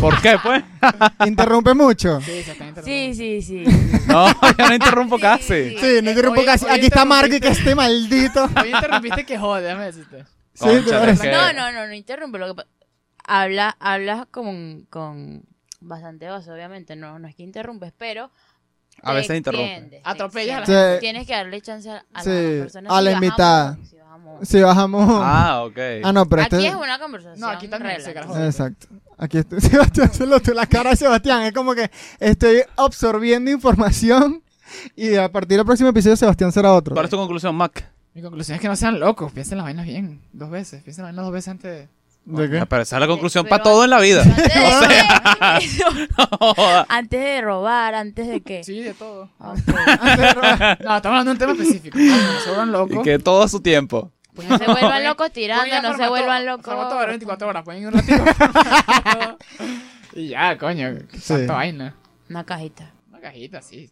Speaker 1: ¿Por qué, pues?
Speaker 4: ¿Interrumpe mucho?
Speaker 3: Sí, se está
Speaker 2: Sí,
Speaker 3: interrumpiendo.
Speaker 2: sí, sí.
Speaker 1: No, yo no interrumpo casi.
Speaker 4: Sí, no interrumpo
Speaker 3: Oye,
Speaker 4: casi.
Speaker 3: oye,
Speaker 4: Aquí está Marco y
Speaker 3: interrumpiste.
Speaker 4: que este maldito.
Speaker 3: Hoy interrumpiste que jode, déjame decirte.
Speaker 4: Sí,
Speaker 1: Cónchale,
Speaker 4: claro.
Speaker 1: que-
Speaker 2: No, no, no, no interrumpe. Lo que pa- habla, hablas con, con bastante base, obviamente. No, no es que interrumpes, pero.
Speaker 1: A
Speaker 2: te
Speaker 1: veces interrumpe.
Speaker 2: extiendes, te
Speaker 3: Atropellas a la
Speaker 2: extiendes.
Speaker 4: gente. Sí.
Speaker 2: Tienes que darle chance a, a
Speaker 4: Sí,
Speaker 2: las personas.
Speaker 4: a
Speaker 2: si
Speaker 4: la
Speaker 2: vas
Speaker 4: invitada.
Speaker 2: moon, si vas moon.
Speaker 4: Si bajamos. Ah,
Speaker 1: Ah, ok.
Speaker 4: no, pero
Speaker 2: Aquí
Speaker 4: este.
Speaker 2: es una conversación.
Speaker 3: No, aquí también, sí,
Speaker 2: relax.
Speaker 3: carajo.
Speaker 4: Exacto. Aquí estoy. Sebastián, solo tú, la cara de Sebastián. Es como que estoy absorbiendo información y a partir del próximo episodio Sebastián será otro.
Speaker 1: ¿Cuál es tu conclusión, Mac?
Speaker 3: Mi conclusión es que no sean locos, piensen las vainas bien, dos veces, piensen las vainas dos veces antes de...
Speaker 4: ¿De qué?
Speaker 1: Pero esa es la conclusión
Speaker 2: Pero
Speaker 1: para todo en la vida.
Speaker 2: Antes de,
Speaker 1: Joda.
Speaker 2: antes de robar, antes de qué.
Speaker 3: Sí, de todo.
Speaker 2: Ok.
Speaker 3: No, estamos hablando de un tema específico. No se vuelvan locos.
Speaker 1: y que todo su tiempo.
Speaker 2: Pues no se vuelvan locos
Speaker 3: Pueden ir a
Speaker 2: tirando, no se
Speaker 3: Farmatodo.
Speaker 2: vuelvan locos.
Speaker 3: Farmatodo abre 24 horas, pueden ir un ratito. y ya, coño, qué
Speaker 4: Sí.
Speaker 3: tanta vaina.
Speaker 2: Una cajita.
Speaker 3: Una cajita, sí.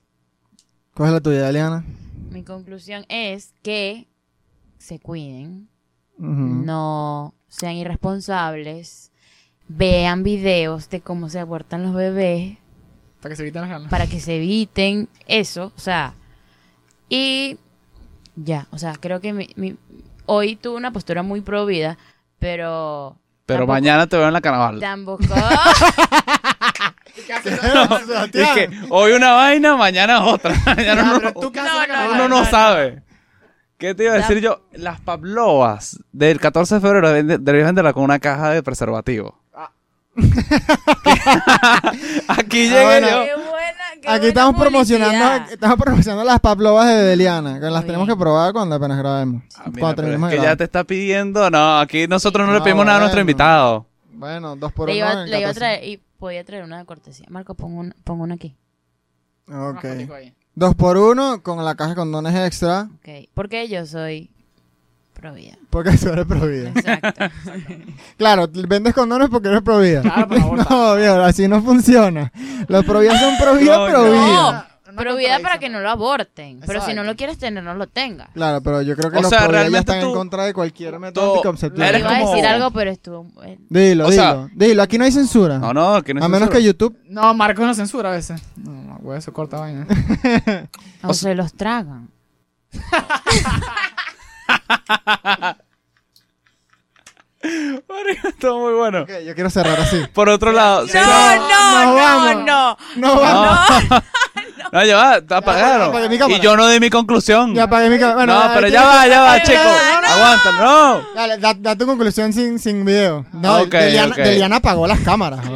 Speaker 4: ¿Cuál es la tuya, Eliana?
Speaker 2: Mi conclusión es que se cuiden.
Speaker 4: Ujú.
Speaker 2: No sean irresponsables. Vean videos de cómo se abortan los bebés
Speaker 3: Para que se eviten las ganas.
Speaker 2: para que se eviten eso. O sea, y ya. O sea, creo que mi- mi- hoy tuve una postura muy pro vida, pero.
Speaker 1: Pero
Speaker 2: tampoco-
Speaker 1: mañana te veo en la carnaval.
Speaker 2: Tampoco.
Speaker 1: Y que
Speaker 4: Sebastián.
Speaker 1: hoy una vaina, mañana otra. Mañana
Speaker 3: Ya,
Speaker 1: uno-
Speaker 3: pero tú qué haces
Speaker 2: No,
Speaker 3: en la
Speaker 2: no,
Speaker 3: carnaval?
Speaker 1: uno no sabe. ¿Qué te iba a
Speaker 2: La-
Speaker 1: decir yo? Las pavlovas del 14 de febrero deben de- deberías venderla con una caja de preservativo.
Speaker 3: Ah.
Speaker 1: Aquí
Speaker 4: Ah,
Speaker 1: llegué
Speaker 4: bueno.
Speaker 1: yo.
Speaker 2: Qué buena- qué
Speaker 4: Aquí
Speaker 2: buena
Speaker 4: estamos
Speaker 2: publicidad.
Speaker 4: promocionando, estamos promocionando las paplovas de Eliana, que las
Speaker 2: Muy
Speaker 4: tenemos
Speaker 2: bien.
Speaker 4: que probar cuando apenas grabemos.
Speaker 1: Ah, mira, pero
Speaker 4: cuando terminemos
Speaker 1: es
Speaker 4: de
Speaker 1: que ya
Speaker 4: grabar.
Speaker 1: te está pidiendo. No, aquí nosotros no le
Speaker 4: No,
Speaker 1: pedimos nada a nuestro
Speaker 4: Ah, bueno.
Speaker 1: invitado.
Speaker 4: Bueno, dos por
Speaker 2: Le
Speaker 4: uno.
Speaker 2: iba,
Speaker 4: en
Speaker 2: le iba a
Speaker 4: 14.
Speaker 2: traer, y podía traer una de cortesía. Marco, pon una, pon una aquí.
Speaker 3: Una
Speaker 1: Ah,
Speaker 3: fotico
Speaker 4: Ok.
Speaker 3: ahí.
Speaker 4: Dos por uno con la caja de condones extra,
Speaker 2: Ok. Porque yo soy pro vida.
Speaker 4: porque eso eres prohibida.
Speaker 2: Exacto.
Speaker 4: Claro, t- vendes condones porque eres prohibida.
Speaker 3: Claro, por favor.
Speaker 4: No, bien, así no funciona. Los prohibidas son prohibidas,
Speaker 1: No,
Speaker 2: No,
Speaker 4: prohibidas.
Speaker 2: pero vida para que no lo aborten. Pero si no lo
Speaker 3: Exacto.
Speaker 2: quieres tener, no lo tengas.
Speaker 4: Claro, pero yo creo que
Speaker 1: O
Speaker 4: los
Speaker 1: sea,
Speaker 4: prohibidas ya
Speaker 1: realmente
Speaker 4: están en
Speaker 1: tú-
Speaker 4: contra de cualquier método
Speaker 1: tú-
Speaker 4: anticonceptivo.
Speaker 1: Eres
Speaker 2: Iba a
Speaker 1: como-
Speaker 2: decir algo, pero estuvo. eh,
Speaker 4: Dilo,
Speaker 1: o
Speaker 4: dilo,
Speaker 1: sea-
Speaker 4: dilo. Aquí no hay censura.
Speaker 1: No, no, que no es
Speaker 4: a menos
Speaker 1: censura.
Speaker 4: que YouTube.
Speaker 3: No, Marcos no censura a veces. No, no, güey, eso corta vaina.
Speaker 2: O se los tragan.
Speaker 1: Marico, Estuvo muy bueno.
Speaker 4: Ok, yo quiero cerrar así.
Speaker 1: Por otro lado. sí,
Speaker 4: no, no,
Speaker 2: no.
Speaker 4: vamos. No,
Speaker 1: No,
Speaker 4: vamos.
Speaker 1: No, ya va, te apagaron.
Speaker 4: apagué mi cámara.
Speaker 1: Y yo no di mi conclusión.
Speaker 4: Ya apagué mi cámara. Bueno,
Speaker 1: no,
Speaker 4: ahí
Speaker 1: pero
Speaker 4: tienes-
Speaker 1: ya va, ya va,
Speaker 2: No,
Speaker 1: chicos.
Speaker 2: no, no.
Speaker 1: Aguanta, no.
Speaker 4: Dale, da, da tu conclusión sin, sin video. No,
Speaker 1: Ok,
Speaker 4: Deliana,
Speaker 1: ok.
Speaker 4: Deliana apagó las cámaras.